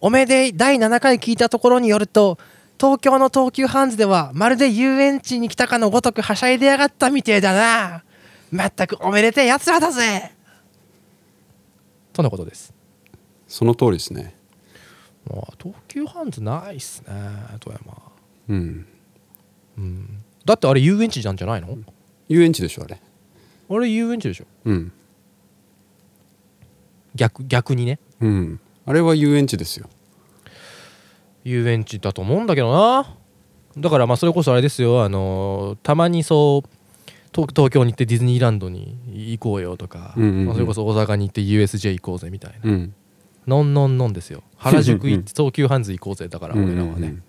おめでい第7回聞いたところによると東京の東急ハンズではまるで遊園地に来たかのごとくはしゃいでやがったみてえだなまったくおめでてえやつらだぜとのことです
その通りですね
もう東急ハンズないっすね富山
うん
だってあれ遊園地なんじゃないの
遊園地でしょあれ
あれ遊園地でしょ
うん
逆逆にね
うんあれは遊園地ですよ
遊園地だと思うんだけどなだからまあそれこそあれですよあのーたまにそう東東京に行ってディズニーランドに行こうよとか、
うんうんうん
まあそれこそ大阪に行って USJ 行こうぜみたいな、
うん
のんのんのんですよ原宿
うんう
行
ん
って東急ハンズ行こうぜだから俺らはね、
うんうんうん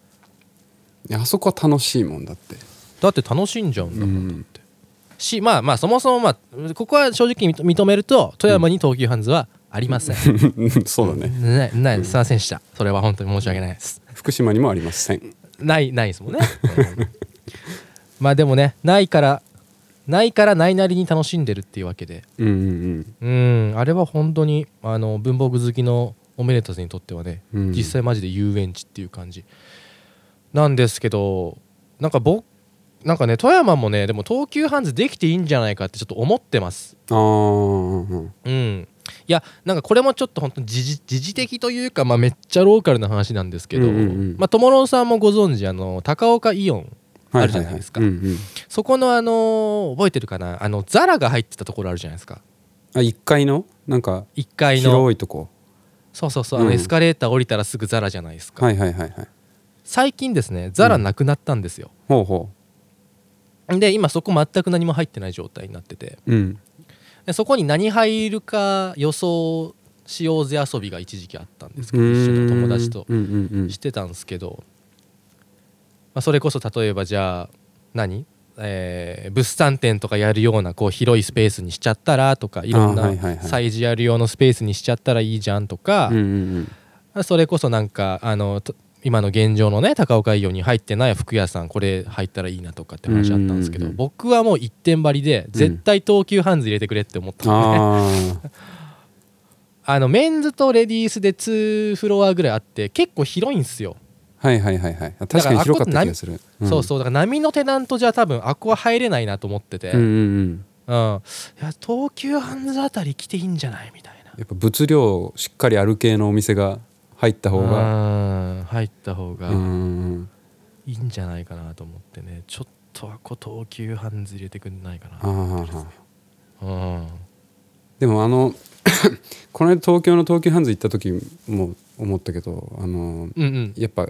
いやあそこは楽しいもんだって
だって楽しんじゃうんだもん、
うん
しまあまあそもそもまあここは正直に認めると富山に東急ハンズはありま せん、
そうだね
ないないすいませんでしたそれは本当に申し訳ないです
福島にもありません
ないないですもんねうんまあでもねないからないからないなりに楽しんでるっていうわけで
うんうん
うんあれは本当にあの文房具好きのオメレタスにとってはね、
うん
実際マジで遊園地っていう感じなんですけどなんか僕なんかね富山もねでも東急ハンズできていいんじゃないかってちょっと思ってます
ああー
うんいやなんかこれもちょっと本当に時事時事的というか、まあ、めっちゃローカルな話なんですけど、
うんうんうん
まあ友郎さんもご存知あの高岡イオンあるじゃないですか
はははうんうん
そこのあのー覚えてるかなあのザラが入ってたところあるじゃないですか
あ1階のなんか
1階の
広いとこ
そうそうそうあの
うん
エスカレーター降りたらすぐザラじゃないですか、
はいはいはいはい
最近ですねザラなくなったんですよ、
ほうほ
で今そこ全く何も入ってない状態になってて
ううん
でそこに何入るか予想しようぜ遊びが一時期あったんですけ
う
ど
ーん
一緒に友達と
うんうんうん
してたんですけど、まあ、それこそ例えばじゃあ何えー物産展とかやるようなこう広いスペースにしちゃったらとかいろん
はいはい
な
はい
催事やる用のスペースにしちゃったらいいじゃんとか、
うんうん
それこそなんかあのと今の現状のね高岡イオンに入ってない服屋さんこれ入ったらいいなとかって話あったんですけど、
うんうんうん
僕はもう一点張りで絶対東急ハンズ入れてくれって思った
うん
のね、
ああ
あのメンズとレディースで2フロアぐらいあって結構広いんすよ、
はいはいはいはい確
だか
からに広かった気がする
そう
う
そうだから波のテナントじゃ多分あっこは入れないなと思ってて、
んうんうんうん
うん、いや東急ハンズあたり来ていいんじゃないみたいな
やっぱ物量しっかりある系のお店が入った方が
うん入った方
う
が
ん
いいんじゃないかなと思ってねちょっとあっこ東急ハンズ入れてくんないか
あ
な
あ
うん
でもあの この間東京の東急ハンズ行った時も思ったけどあの
うんうん
やっぱ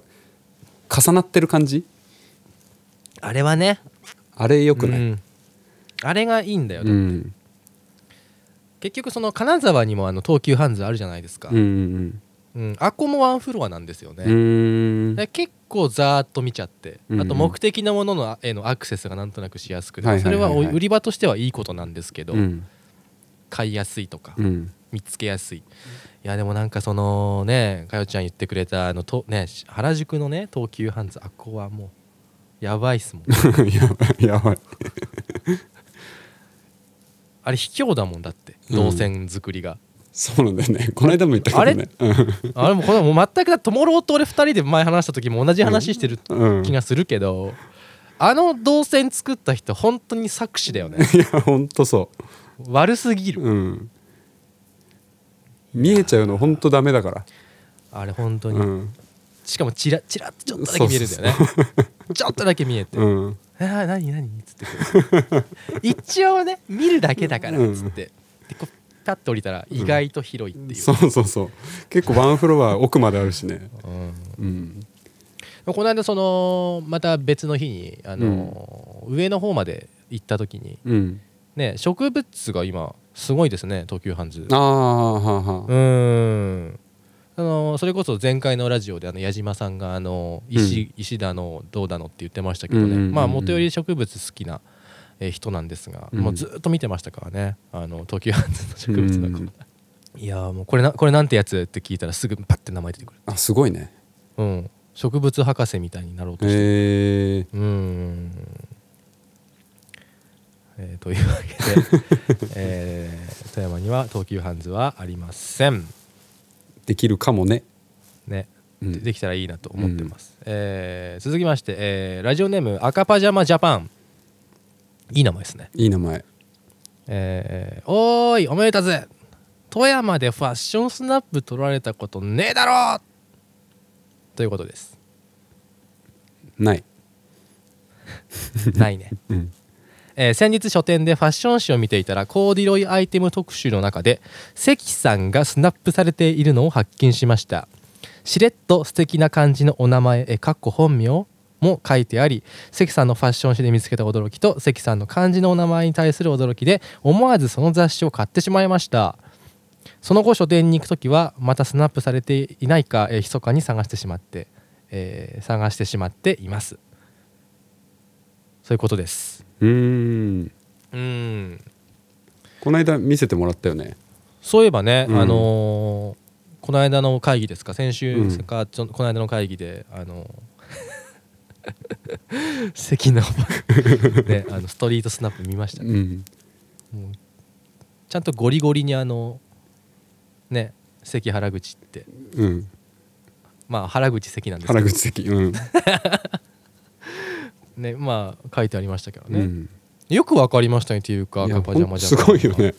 重なってる感じ
あれはね
あれよくな
う
い
んあれがいいんだよ、
うんうん
結局その金沢にもあの東急ハンズあるじゃないですか、
うんうん
うんあっこもワンフロアなんですよね、
うーん
で結構ざーっと見ちゃって、
うん
あと目的なもののへのアクセスがなんとなくしやすくて、
はいはいはいはい
それはお売り場としてはいいことなんですけど、
うん
買いやすいとか、
うん
見つけやすいいやでもなんかそのねかよちゃん言ってくれたあのと、ね、原宿のね東急ハンズあっこはもうやばいっすもん
やばいやばい
あれ卑怯だもんだって
うん
動線作りが、
そうなんだよねこの間も言ったけどね
あれもこのもう全くだ友郎と俺2人で前話した時も同じ話してる
うん、うん、
気
い
がするけど、あの動線作った人本当に作詞だよね
やほんとそ
悪すぎ
う
る
うん見えちゃうのほんとダメだから
あれ本当に、
うん
しかもチラチラってちょっとだけ見えるんだよね ちょっとだけ見えて「
うん
あー何何?」っつってこう 一応ね見るだけだからっつって、でこうパッと降りたら意外と広いっていう、
そうそうそう結構ワンフロア奥まであるしね
うん
うん
この間そのまた別の日に、あのー上の方まで行った時に
うん
ね植物が今すごいですね東急ハンズ
ああはあは
うーんあのそれこそ前回のラジオであの矢島さんがあの石,、石だのどうだのって言ってましたけどね、
うんうんうんうん
まあ元より植物好きなえー人なんですが、
うん
もうずっと見てましたからねあの東急ハンズの植物のコーナー
う
いやーもうこれなこれなんてやつって聞いたらすぐパッて名前出てくる、
あすごいね
うん、植物博士みたいになろうとしてる
へえ
うーん、えーというわけで、えー富山には東急ハンズはありません
できるかもね
ね、
うん
でできたらいいなと思ってます、えー続きまして、えーラジオネーム赤パジャマジャパンいい名前ですね、
いい名前
えーおーいおめでたぜ富山でファッションスナップ撮られたことねえだろということです
ない
ないね
うん
えー先日書店でファッション誌を見ていたらコーディロイアイテム特集の中で関さんがスナップされているのを発見しましたしれっと素敵な感じのお名前えーかっこ本名も書いてあり関さんのファッション誌で見つけた驚きと関さんの漢字のお名前に対する驚きで思わずその雑誌を買ってしまいましたその後書店に行く時はまたスナップされていないか、えー密かに探してしまって、えー探してしまっていますそういうことです
うーん
うん
この間見せてもらったよね
そういえばね、
うん
あのーこの間の会議ですか先週ですか、ちょこの間の会議であのー 関のねあのストリートスナップ見ました、
うん
もうちゃんとゴリゴリにあのね関原口って
うん
まあ原口関なんですけ
原
ど
口 関うん、
ねまあ書いてありましたけど
う
ね、
ん
よくわかりましたねっていうか
いや
赤パジャ
ほ
マ
ん
ジ
す
ャパン
ご
はい
よね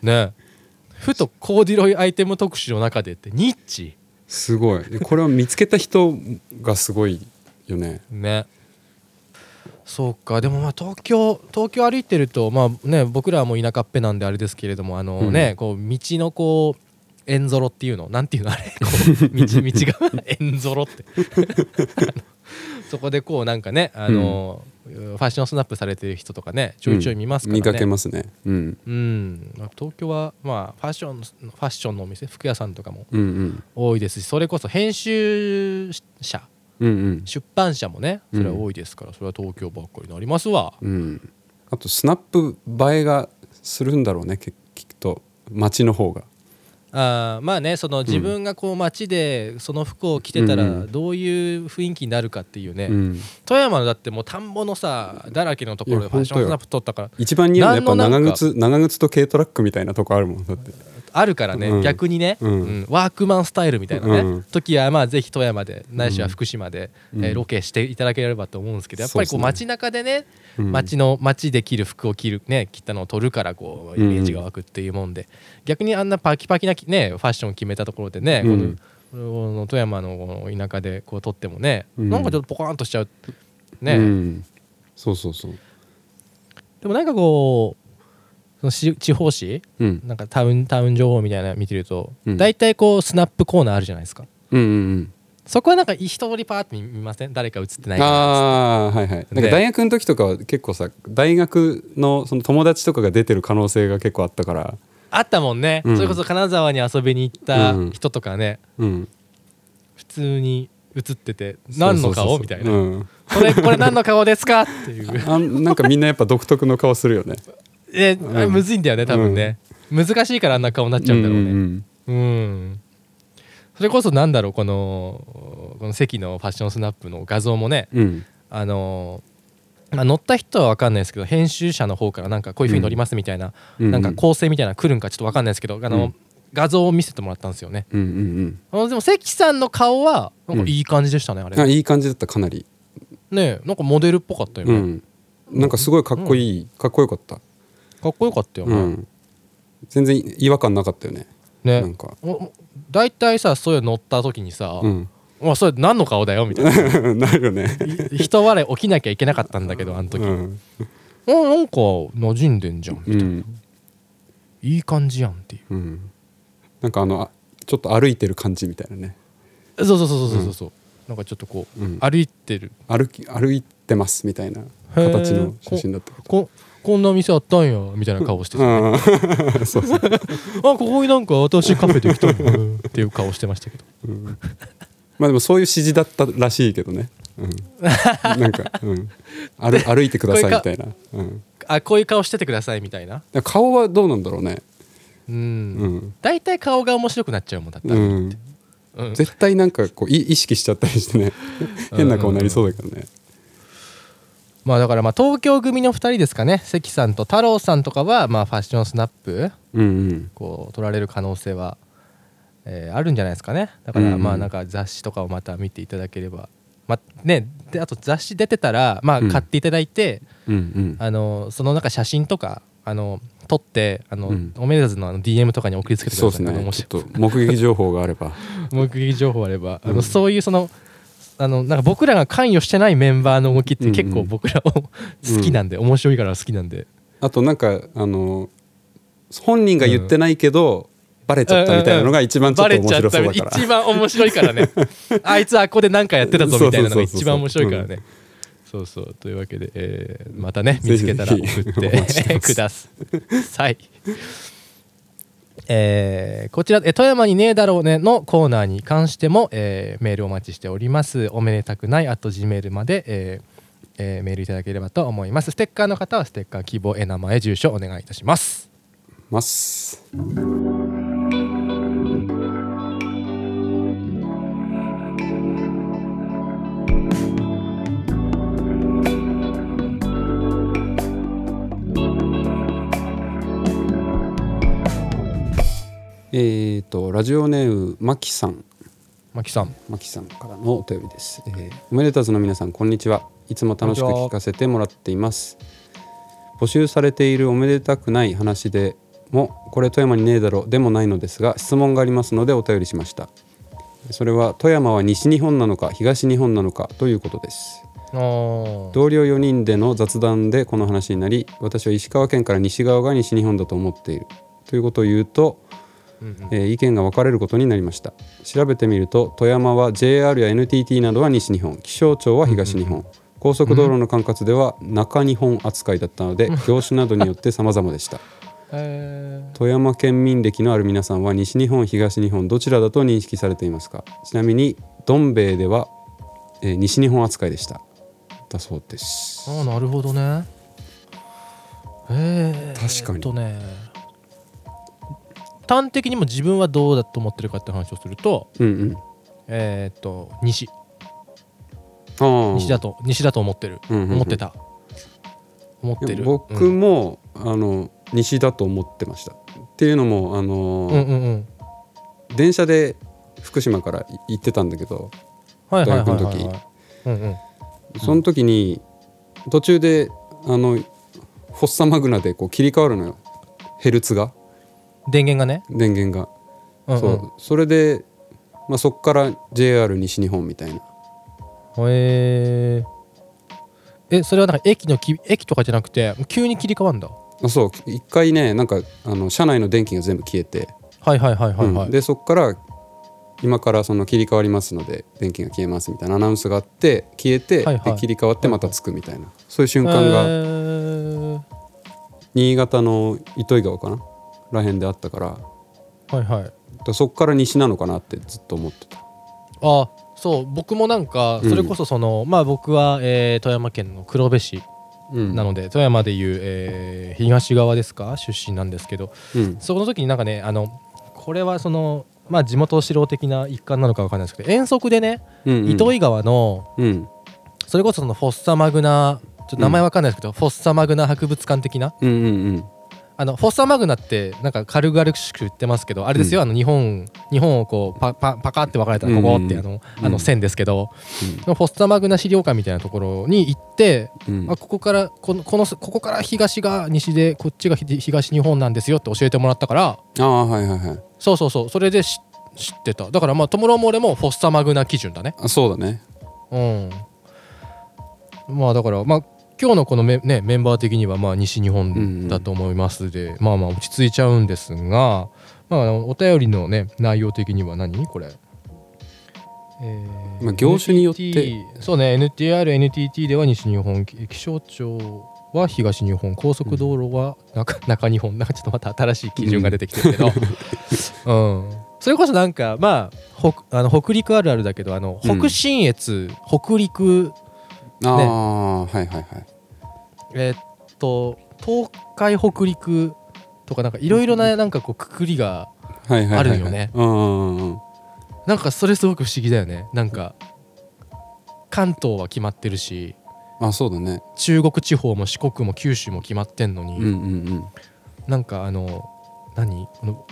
ねふとコーディロイアイテム特集の中でってニッチ
すごいでこれを見つけた人がすごいよね
ねそうかでもまあ東京東京歩いてるとまあね僕らはもう田舎っぺなんであれですけれどもあのね、
うん
こう道のこう円ぞろっていうのなんていうのあれこう 道道が円ぞろって そこでこうなんかねあの、ファッションスナップされてる人とかねちょいちょい見ますからね、
うん見かけますね、うん、
うんまあ東京はまあファッションファッションのお店服屋さんとかも
うんうん
多いですしそれこそ編集者
うん
出版社もねそれは多いですから、それは東京ばっかりなりますわ
うんうんあとスナップ映えがするんだろうねききっと街の方が
あーまあねその自分がこう街でその服を着てた
う
ら
ん
どういう雰囲気になるかっていうね、
うん
富山のだってもう田んぼのさだらけのところ
い
で
や
ファッションスナップ撮ったから
一番似合うのやっぱ
なんの
長
なんか
靴長靴と軽トラックみたいなとこあるもんだって
あるからね、
うん
逆にね、
うん
うんワークマンスタイルみたいなね、
うん
時はまあぜひ富山でないしは福島で、
うん
えーロケしていただければと思うんですけどやっぱりこ
そ
う
うっすね
街中でね
うん
街の街で着る服を着るね着たのを取るからこうイ
うん
メージが湧くっていうもんで、逆にあんなパキパキなきねファッションを決めたところでね、
うん
このこの富山のこの田舎でこう取ってもね、
うん
なんかちょっとポカーンとしちゃうね、
うんそうそうそう
でもなんかこうそのし地方紙
うん
なんかタウンタウン情報みたいなの見てると、
うん
大体こうスナップコーナーあるじゃないですか
うんうん
そこはなんか一通りパーって見見ません誰か映って
う
なんいかな
ああーはいはいなんか
ね
大学の時とかは結構さ大学のその友達とかが出てる可能性が結構あったから
あったもんね、
うん
それこそ金沢に遊びに行った
うん
人とかね、
うん
普通に映ってて何の顔
そうそうそうそう
みたいな、
うん
これこれ何の顔ですかって いう
あんなんかみんなやっぱ独特の顔するよね
え、あれむずいんだよね多分ね、難しいからあんな顔になっちゃうんだろうね
ん
うんそれこそなんだろうこのこの関のファッションスナップの画像もね
うんうん
あのまあ、乗った人は分かんないですけど編集者の方からなんかこういうふうに乗りますみたいな、
うん
なんか構成みたいなの来るんかちょっと分かんないですけどあの、
うん
画像を見せてもらったんですよね
うんうん
あのでも関さんの顔はなん
う
か
ん
いい感じでしたね、あ
うんあ
れ
いい感じだったかなり
ねえなんかモデルっぽかったよ
う
ね、
んなんかすごいかっこいいかっこよかった
かっこよかったよね、
うん全然違和感なかったよね
ね
なんか
おお大体さそういうの乗った時にさ「
うん
まあ、それ何の顔だよ」みたいな
なるよね
い人笑い起きなきゃいけなかったんだけどあの時、
うん
あなんか馴染んでんじゃん
うん
いい感じやんっていう
うんなんかあのあちょっと歩いてる感じみたいなね
そうそうそうそうそうそう、なんかちょっとこう、
うん
歩いてる
歩き歩いてますみたいな形の写真だったけど
ここんな店あったんやみたいな顔してて、
う
あ
ん そうそう
ここになんか私カフェで来たんやっていう顔してましたけど
まあでもそういう指示だった らしいけどね、うん、なんか、うん、歩歩いてくださいみたいな、うん、
あこういう顔しててくださいみたいな
ら顔はどうなんだろうね
う
うんん、
大体、顔が面白くなっちゃうもんだった
う
ら、
ん、
うん
絶対なんかこうい意識しちゃったりしてね変な顔になりそうだけどね
まあだからまあ東京組の2人ですかね関さんと太郎さんとかはまあファッションスナップ
うんうん
こう取られる可能性は、えーあるんじゃないですかねだか
うん
ら
うん
まあなんか雑誌とかをまた見ていただければ、まあね、であと雑誌出てたら、まあ、
うん
買っていただいて、
うんうん
あのそのなんか写真とかあの撮ってあの、
うん
おめでたずのあの DM とかに送りつけてく
そう
だ
で
さい、あ
す
の
ね
も
ち
し
ょっと目撃情報があれば
目撃情報あれば、あ
うん
のそういうそのあのなんか僕らが関与してないメンバーの動きって結
うん
構
うん
僕らを 好きなんで、面白いから好きなんで。
あとなんかあの本人が言ってないけど、バレちゃったみたいなのが一番ちょ
バ
っと
レ
面
ちゃっ
白
た
そうだから
一番面白いから ねあいつあっこで何かやってたぞみたいなのが一番面白いからねそうそうというわけで、えーまたね
ぜ
見
ひ
つけ
ぜひ
たら送っ
お待ちして
て
ま
く
す
だ さいえーこちら、えー富山にねえだろうね」のコーナーに関しても、えーメールお待ちしておりますおめでたくない at gmail まで、えーえーメールいただければと思いますステッカーの方はステッカー希望えー名前住所お願いいたします
ますえっ、とラジオネームまきさん
マキさん
マキさんからのお便りです、えーおめでたずの皆さんこんにちはいつも楽しく
こんにちは
聞かせてもらっています募集されているおめでたくない話でもこれ富山にねえだろでもないのですが質問がありますのでお便りしましたそれは富山は西日本なのか東日本なのかということです
おー
同僚4人での雑談でこの話になり私は石川県から西側が西日本だと思っているということを言うと、
うんうん
えー意見が分かれることになりました調べてみると富山は JR や NTT などは西日本気象庁は東日本、高速道路の管轄では中日本扱いだったので、業種などによって様々 でした
えー
富山県民歴のある皆さんは西日本東日本どちらだと認識されていますかちなみにどん兵衛では、えー西日本扱いでしただそうです
ああなるほどねえー、
確かに
えっとね端的にも自分はどうだと思ってるかって話をすると
うんうん
えーっと西
あー
西だと西だと思ってる、
うんうんうん
思ってた思ってる
僕
うん
も、あの西だと思ってましたっていうのもあの
うん
ー、
うんうん
電車で福島から行ってたんだけど
はいはいはいはい、
大学の
はい、うんうん
その時に途中であのフォッサマグナでこう切り替わるのよヘルツが
電源がね、
電源が、
うんうん、
そうそれで、まあ、そっから JR 西日本みたいな
へええそれはなんか駅のき駅とかじゃなくて急に切り替わるんだは
あそう一回ねなんかあの車内の電気が全部消えて、
いはいはいはいはい、
うんでそっから今からその切り替わりますので電気が消えますみたいなアナウンスがあって消えて、
はいはい
で切り替わってまたつくみたいなそういう瞬間が、
えー
新潟の糸魚川かならへんであったからだか
はいはい
らそっから西なのかなってずっと思ってた
あそう僕もなんか
うん
それこそその、まあ僕は、えー富山県の黒部市
うん
なので、富山でいう、えー東側ですか出身なんですけど
うん
そこの時になんかねあのこれはそのまあ地元指導的な一環なのかわかんないですけど遠足でね、
うんうん
糸魚川の
うん
それこそそのフォッサマグナちょっと名前わかんないですけど、フォッサマグナ博物館的な
うんうんうん
あのフォッサマグナってなんか軽々しく言ってますけどあれですよ、あの日本日本をこうパパパカって分かれたらここって
うん
あ
うん
の,、
うん
あの線ですけど、
うん
フォッサマグナ資料館みたいなところに行って、
うん
あここからこのこのここから東が西でこっちがひ東日本なんですよって教えてもらったから
ああはいはいはい
そうそうそうそれで知知ってただからまあ友郎も俺もフォッサマグナ基準だね
あそうだね
うんまあだからまあ今日のこのメ,、ね、メンバー的にはまあ西日本だと思いますで、まあまあ落ち着いちゃうんですが、まああの、お便りのね内容的には何これ、えー
まあ業種によって
NTT そうね NTR、NTT では西日本き気象庁は東日本高速道路は中,、 中日本なんかちょっとまた新しい基準が出てきてるけど、うん、それこそなんかまあ北あの北陸あるあるだけどあの
うん
北信越、北陸
ああ、はいはいはい
えーっと東海北陸とかなんかいろいろななんかこうくくりが
はいはいはい、はい、
あるよね
うんうんうんうん
なんかそれすごく不思議だよねなんか関東は決まってるし
あそうだね
中国地方も四国も九州も決まってんのに、
うんうん
なんかあの何この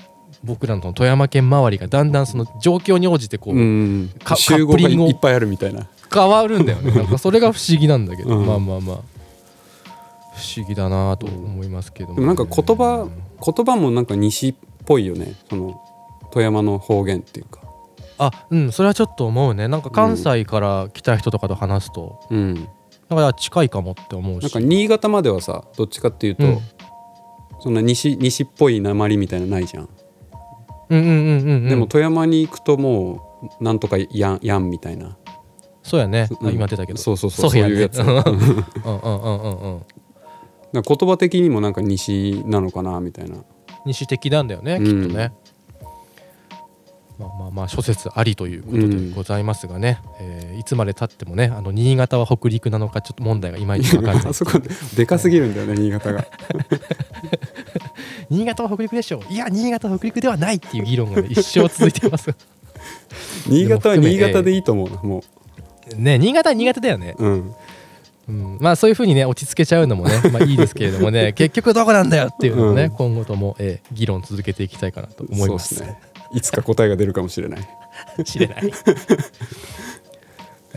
僕らの富山県周りがだんだんその状況に応じてこ
う
う、
んうんう
カ
ん集
カ
合
ップ
が
リングを
いっぱいあるみたいな
変わるんだ よねなんかそれが不思議なんだけど、
うん
まあまあまあ不思議だなと思いますけども、
でもなんか言葉言葉もなんか西っぽいよねその富山の方言っていうか
あうんそれはちょっと思うねなんか関西から来た人とかと話すと、
うん
なんか近いかもって思うし
なんか新潟まではさどっちかっていうと、
うん
そんな西西っぽい鉛みたいなのないじゃん、
うんうんうんうんうん
でも富山に行くともうなんとかやんやんみたいな、
そうやね、
うん
あ今出たけど
そうそうそう
そうや
そういう
ね
やつ
うんうんうんうん うん
なんか言葉的にもなんか西なのかなみたいな
西的なんだよね、
うん
きっとね。まあまあまあ諸説ありということでございますがね、えーいつまでたってもねあの新潟は北陸なのかちょっと問題がいまいち分かんない
あそこでかすぎるんだよね新 潟が
新潟は北陸でしょういや新潟は北陸ではないっていう議論がね、一生続いてます
新潟は新潟でいいと思うなも
ね新潟は新潟だよね、
ううん
うん、まあそういうふうにね落ち着けちゃうのも ね、まあ、いいですけれどもね結局どこなんだよっていうのをね、
うん
今後とも、えー議論続けていきたいかなと思います
そうっねいつか答えが出るかもしれない
知れない。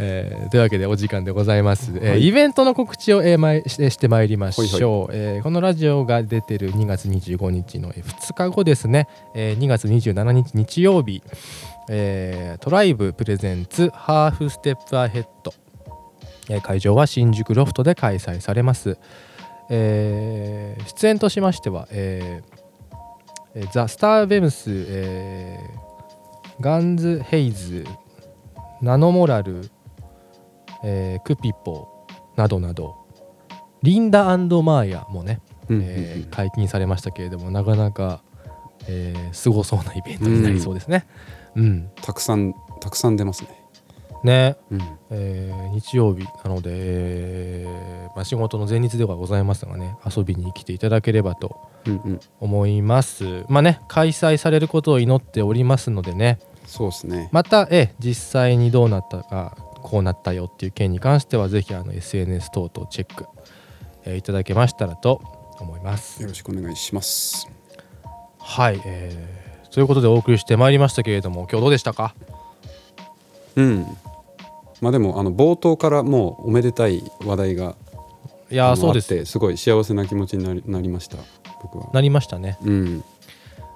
えーというわけでお時間でございます、えーイベントの告知を、えーまいしてしてまいりましょう、えーこのラジオが出てる2月25日のえー2日後ですね、えー2月27日日曜日、えートライブプレゼンツハーフステップアヘッド、えー会場は新宿ロフトで開催されます、えー出演としましては、えーえーザ・スター・ベムス、えーガンズ・ヘイズ、ナノモラル、えークピポなどなど、リンダマーヤもね、
うん
えー解禁されましたけれども、なかなか、えーすごそうなイベントになりそうですね。うん、
たくさんたくさん出ますね、
ね、
うん、
えー日曜日なので、えーまあ、仕事の前日ではございますがね、遊びに来ていただければと
うんうん
思います。まあね、開催されることを祈っておりますのでね、
そうですね
また、ええ実際にどうなったかこうなったよっていう件に関してはぜひあの SNS 等々チェック、えーいただけましたらと思いま
よ
す。
ろしくお願いします
はい、えーということでお送りしてまいりましたけれども今日どうでしたか
うんまあでもあの冒頭からもうおめでたい話題が
い
あ
やー
の
そうで
あっ
す
てすごい幸せな気持ちになりなりました僕は
なりましたね
うん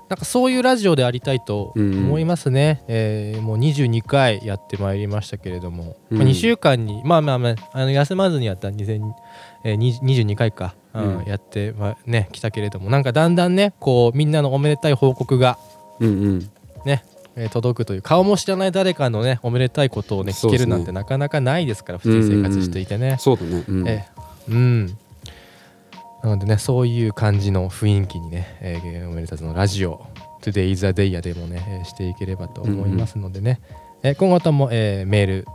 なんかそういうラジオでありたいと思いますね、えーもう22回やってまいりましたけれども、
うん
まあ、2週間にまあまあまああの休まずにやった2000、えー、20 22回か、うん
うん
やって、まあ、ねきたけれどもなんかだんだんねこうみんなのおめでたい報告が
うんうん
ね、えー届くという顔も知らない誰かのねおめでたいことをね
そ
聞
うで
け
す
る
ね
なんてなかなかないですから普通に生活していてね。
そうだねうん、
ええうんなのでねそういう感じの雰囲気にね「えー、おめでたつ」のラジオ「Today is a day」やでもね、えーしていければと思いますのでね、えー今後とも、えーメール、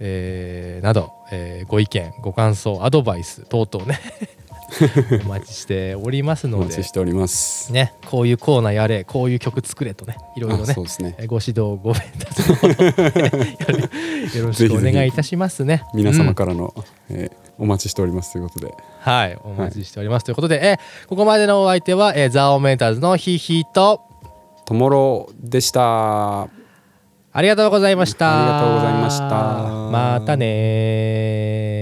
えーなど、えーご意見ご感想アドバイス等々 ねお待ちしております
お
の
待
で
ちしております
ねこういうコーナーやれこういう曲作れとねいろいろ
あ
ね
そうですね
えご指導ご鞭 撻よろしくお願いいたしますね。
皆
う
様
ん
からの、えーお待ちしておりますということで
はい、お待ちしております、ということで、えーここまでのお相手は、えーザ・オメーターズのヒヒと
ともろでしたあ
ありがとうございました。
りがとうございました
またねー